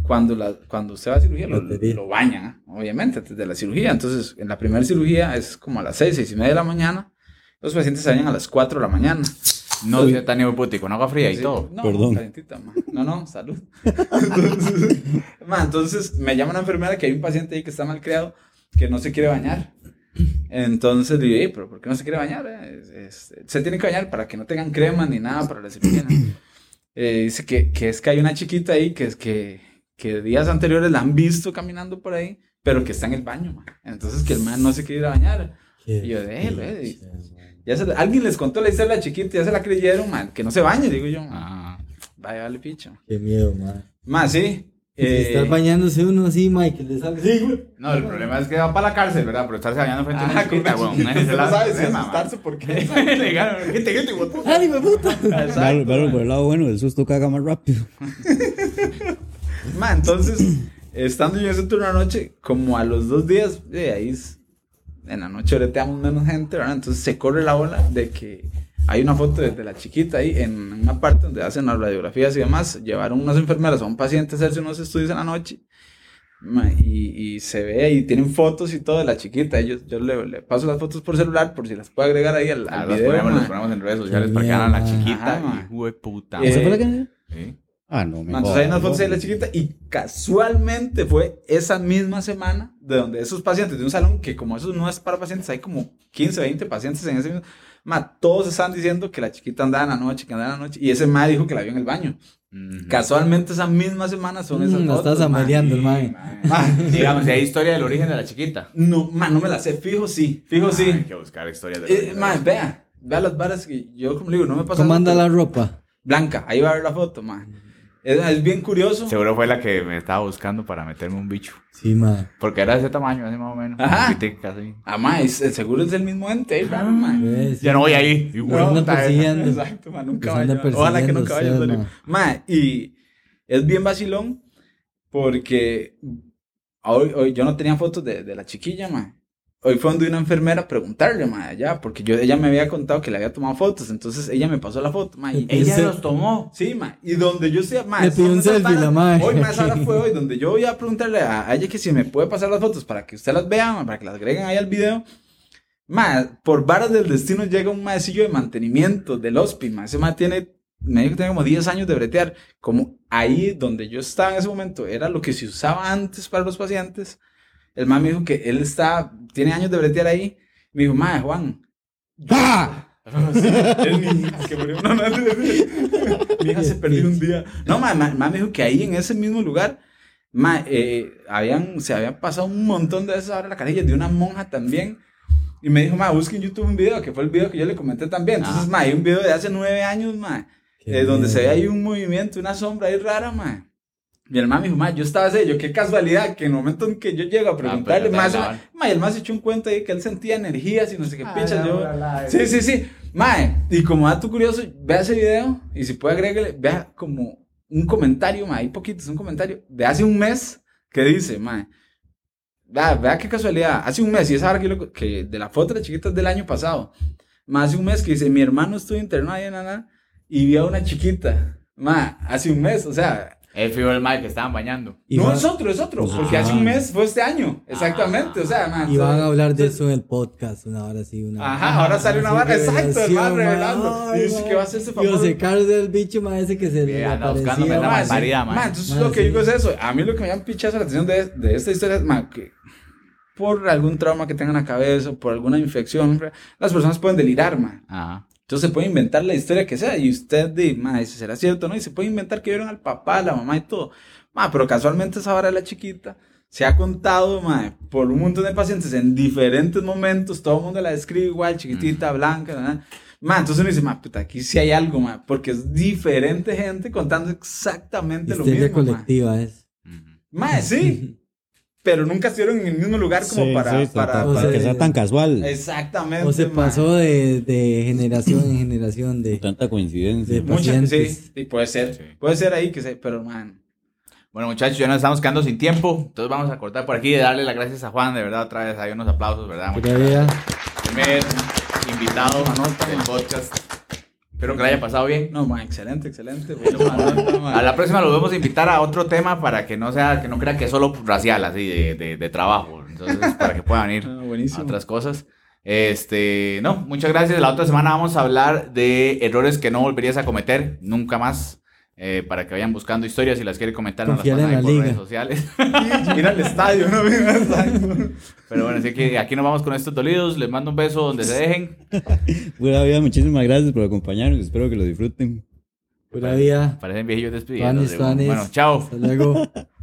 Speaker 4: cuando, la, cuando usted va a cirugía, lo,
Speaker 3: Batería.
Speaker 4: lo bañan, ¿eh? obviamente, antes de la cirugía. Entonces, en la primera cirugía es como a las 6, 6 y media de la mañana. Los pacientes se bañan a las 4 de la mañana.
Speaker 1: No sea tan hipotético, con agua fría y
Speaker 4: Sí.
Speaker 1: todo.
Speaker 4: No,
Speaker 2: Perdón.
Speaker 4: calentita, ma. No, no, salud. Entonces, ma, entonces me llama una enfermera que hay un paciente ahí que está mal creado que no se quiere bañar. Entonces le digo, "Ey, pero ¿por qué no se quiere bañar? eh? Es- es- se tienen que bañar para que no tengan crema ni nada para la cirugía. ¿no?". Eh, dice que, que es que hay una chiquita ahí que es que, que días anteriores la han visto caminando por ahí, pero que está en el baño, ma. Entonces que el man no se quiere ir a bañar.
Speaker 3: qué
Speaker 4: Y yo, déjelo, eh,
Speaker 3: piche,
Speaker 4: Ya se- alguien les contó la historia de la chiquita, ya se la creyeron, man, que no se bañe, digo yo. ma.
Speaker 1: Ah.
Speaker 4: Vaya, vale, picho.
Speaker 3: Qué miedo, man.
Speaker 4: Más, sí.
Speaker 3: Si
Speaker 4: Eh,
Speaker 3: estás bañándose uno así, Mike, que le salga así, güey.
Speaker 1: No, el problema es que va para la cárcel, ¿verdad? Pero estarse bañando frente a una
Speaker 4: ajá, Ah, con
Speaker 1: chiquita,
Speaker 4: una
Speaker 1: weón.
Speaker 4: chiquita,
Speaker 1: Nadie se
Speaker 4: usted
Speaker 1: la
Speaker 4: no sabe si
Speaker 1: problema,
Speaker 4: asustarse por qué.
Speaker 1: man. Legal, ¿qué te- qué te-
Speaker 3: ¡Ay, me puta!
Speaker 2: Claro,
Speaker 4: Exacto,
Speaker 2: claro,
Speaker 4: man.
Speaker 2: por el lado bueno, el susto caga más rápido.
Speaker 4: Ma, entonces, estando yo en ese turno de la noche, como a los dos días, de ahí es- en la noche oreteamos menos gente, ¿verdad? Entonces se corre la ola de que hay una foto de, de la chiquita ahí en una parte donde hacen las radiografías y demás. Llevaron unas enfermeras a un paciente a hacerse unos estudios en la noche. ma, y, y se ve y tienen fotos y todo de la chiquita. Yo, yo le, le paso las fotos por celular por si las puedo agregar ahí al,
Speaker 1: Ah,
Speaker 4: al
Speaker 1: Los
Speaker 4: video,
Speaker 1: ponemos, los
Speaker 4: ma.
Speaker 1: ponemos en redes sociales para que hagan a la
Speaker 3: Ajá,
Speaker 1: chiquita.
Speaker 4: ma.
Speaker 1: Hijo de puta.
Speaker 4: Eh,
Speaker 2: ¿Esa fue la
Speaker 1: madre.
Speaker 2: que
Speaker 1: Sí.
Speaker 2: Ah, no, me
Speaker 4: Ma, Entonces
Speaker 2: jodas,
Speaker 4: hay unas fotos ahí de
Speaker 2: no.
Speaker 4: la chiquita y casualmente fue esa misma semana de donde esos pacientes de un salón que como esos no es para pacientes, hay como 15, 20 pacientes en ese mismo... Ma, todos están diciendo que la chiquita andaba en la noche, que andaba en la noche y ese ma dijo que la vio en el baño.
Speaker 1: Ujú.
Speaker 4: Casualmente esa misma semana son esas pues,
Speaker 3: Mm, la
Speaker 4: fotos,
Speaker 3: estás
Speaker 4: ma.
Speaker 3: amaleando, el mae.
Speaker 4: Ma,
Speaker 1: Ah, Digamos, si hay historia del origen de la chiquita.
Speaker 4: No, ma, no me la sé, fijo sí, fijo
Speaker 1: Ah, Hay
Speaker 4: sí.
Speaker 1: que buscar historias del
Speaker 4: Eh,
Speaker 1: origen de
Speaker 4: ma,
Speaker 1: la
Speaker 4: vea, vea las varas que yo como le digo, no me pasa
Speaker 3: ¿Cómo
Speaker 4: nada.
Speaker 3: anda la ropa?
Speaker 4: Blanca, ahí va a ver la foto, ma. Es, es bien curioso.
Speaker 1: Seguro fue la que me estaba buscando para meterme un bicho.
Speaker 3: Sí, man.
Speaker 1: Porque era de ese tamaño, así más o menos.
Speaker 4: Ajá.
Speaker 1: Chiquitica, así.
Speaker 4: Ah, ma, es- el seguro es el mismo ente, es raro, ma.
Speaker 3: Ves,
Speaker 1: Ya no voy ahí. Y,
Speaker 3: No,
Speaker 1: puta,
Speaker 3: no
Speaker 1: esa.
Speaker 3: persiguiendo.
Speaker 4: Exacto, ma, nunca
Speaker 3: Los andan
Speaker 4: vaya. Ojalá que
Speaker 3: persiguiendo
Speaker 4: nunca vaya.
Speaker 3: ustedes,
Speaker 4: Antonio. Ma, y es bien vacilón porque hoy, hoy yo no tenía fotos de, de la chiquilla, ma. Hoy fue donde una enfermera a preguntarle, ma, allá, porque yo, ella me había contado que le había tomado fotos, entonces ella me pasó la foto, ma. y
Speaker 3: Entonces,
Speaker 4: ella
Speaker 3: se-
Speaker 4: los tomó. Sí, ma. Y donde yo sea, ma.
Speaker 3: Le pidió un
Speaker 4: esas
Speaker 3: selfie,
Speaker 4: varas-
Speaker 3: la madre.
Speaker 4: Hoy, ma, esa hora fue hoy, donde yo voy a preguntarle a a ella que si me puede pasar las fotos para que usted las vea, ma, para que las agreguen ahí al video. Ma, por varas del destino llega un maecillo de mantenimiento del hospi, ma. Ese ma tiene, me dijo que tenía como 10 años de bretear. Como ahí donde yo estaba en ese momento era lo que se usaba antes para los pacientes. El ma me dijo que él está, tiene años de bretear ahí. Me dijo, ma, Juan. Es mi hija que murió. No, no, no, no. Mi hija se perdió un día. No, ma, ma, ma me dijo que ahí en ese mismo lugar Ma, eh, habían, se habían pasado un montón de veces ahora la carilla de una monja también. Y me dijo, ma, busque en YouTube un video, que fue el video que yo le comenté también. Entonces, ma, hay un video de hace nueve años, ma,
Speaker 2: Qué
Speaker 4: eh, donde se ve
Speaker 2: mierda.
Speaker 4: ahí un movimiento, una sombra ahí rara, ma. Mi hermano me dijo, ma, yo estaba así, yo qué casualidad, que en el momento en que yo llego a preguntarle,
Speaker 1: pero
Speaker 4: ma,
Speaker 1: te
Speaker 4: eso-
Speaker 1: hablaban.
Speaker 4: ma, y el más echó un cuento ahí que él sentía energías y no sé qué
Speaker 3: Ah,
Speaker 4: pinchas. Yo,
Speaker 3: la, la, la.
Speaker 4: sí, sí, sí. Mae, y como dato curioso, vea ese video y si puede agregarle, vea como un comentario, mae, hay poquitos, un comentario de hace un mes que dice, mae, vea, vea qué casualidad, hace un mes, y es ahora que, lo- que de la foto de las chiquitas del año pasado, más hace un mes que dice, mi hermano estuvo internado ahí en Ana y vio a una chiquita, mae, hace un mes, o sea,
Speaker 1: El fijo del mal que estaban bañando.
Speaker 2: Y
Speaker 4: no
Speaker 2: va-
Speaker 4: es otro, es otro, porque
Speaker 2: Ah.
Speaker 4: hace un mes fue este año, exactamente, o sea, mae,
Speaker 3: Y van
Speaker 4: entonces-
Speaker 3: a hablar de eso en el podcast, una hora sí, una
Speaker 4: Ajá, ahora sale una barra, exacto, el man
Speaker 3: Revelación,
Speaker 4: revelando.
Speaker 3: ay,
Speaker 4: Y dice
Speaker 3: man.
Speaker 4: que va a hacerse famoso.
Speaker 3: Dios, se carga el bicho más ese que
Speaker 1: Que
Speaker 3: se le
Speaker 1: anda buscando
Speaker 3: aparecía,
Speaker 1: meter la
Speaker 3: ma,
Speaker 4: Ma,
Speaker 1: mano. barbaridad,
Speaker 4: sí.
Speaker 1: man.
Speaker 4: Ma, entonces
Speaker 3: Ma,
Speaker 4: lo que
Speaker 3: sí.
Speaker 4: digo es eso. A mí lo que me han pichado la atención de, de esta historia es ma, que por algún trauma que tengan en la cabeza, por alguna infección, las personas pueden delirar, ma.
Speaker 1: Ajá.
Speaker 4: Entonces se puede inventar la historia que sea y usted de, ma, si será cierto, ¿no? Y se puede inventar que vieron al papá, a la mamá y todo. Ma, pero casualmente esa vara de la chiquita se ha contado, ma, por un montón de pacientes en diferentes momentos, todo el mundo la describe igual, chiquitita, blanca, ¿verdad? Ma, entonces uno dice, ma, puta, aquí sí hay algo, ma, porque es diferente gente contando exactamente lo
Speaker 3: Histeria
Speaker 4: mismo, ma.
Speaker 3: colectiva es.
Speaker 1: Ujú.
Speaker 4: Ma, sí, pero nunca estuvieron en el mismo lugar como
Speaker 2: Sí,
Speaker 4: para...
Speaker 2: sí,
Speaker 4: para,
Speaker 2: tanto-
Speaker 3: o
Speaker 4: para-
Speaker 2: que
Speaker 3: sea,
Speaker 2: sea tan casual.
Speaker 4: Exactamente,
Speaker 3: O se
Speaker 4: ma.
Speaker 3: pasó de, de generación en generación de...
Speaker 2: Tanta coincidencia.
Speaker 3: de-
Speaker 4: Muchas,
Speaker 3: pacientes.
Speaker 4: sí, sí, puede ser,
Speaker 1: Sí.
Speaker 4: puede ser ahí que se, pero man,
Speaker 1: Bueno, muchachos, ya nos estamos quedando sin tiempo. Entonces vamos a cortar por aquí y darle las gracias a Juan, de verdad, otra vez. Hay unos aplausos, ¿verdad?
Speaker 3: Porque había-
Speaker 1: Primer invitado del podcast. Espero que le haya pasado bien.
Speaker 4: no, man, excelente, excelente. bueno, man, man.
Speaker 1: A la próxima lo vamos a invitar a otro tema para que no sea, que no crea que es solo racial, así de, de- de trabajo. Entonces, para que puedan ir
Speaker 4: Ah,
Speaker 1: a
Speaker 4: buenísimo.
Speaker 1: otras cosas. Este, no, muchas gracias. La otra semana vamos a hablar de errores que no volverías a cometer nunca más. eh, para que vayan buscando historias y las quieren comentar, nos las
Speaker 3: Confiar
Speaker 1: pasan
Speaker 3: en
Speaker 1: ahí
Speaker 3: la
Speaker 1: por
Speaker 3: liga.
Speaker 1: redes sociales.
Speaker 4: Ir al estadio, no Ir al estadio.
Speaker 1: Pero bueno, así que aquí nos vamos con estos dolidos. Les mando un beso donde se dejen.
Speaker 2: Buena vida, muchísimas gracias por acompañarnos. Espero que lo disfruten.
Speaker 3: Pura vida.
Speaker 1: Parecen viejillos despidiendo.
Speaker 3: Tuanis, tuanis.
Speaker 1: Bueno, chao.
Speaker 3: Hasta luego.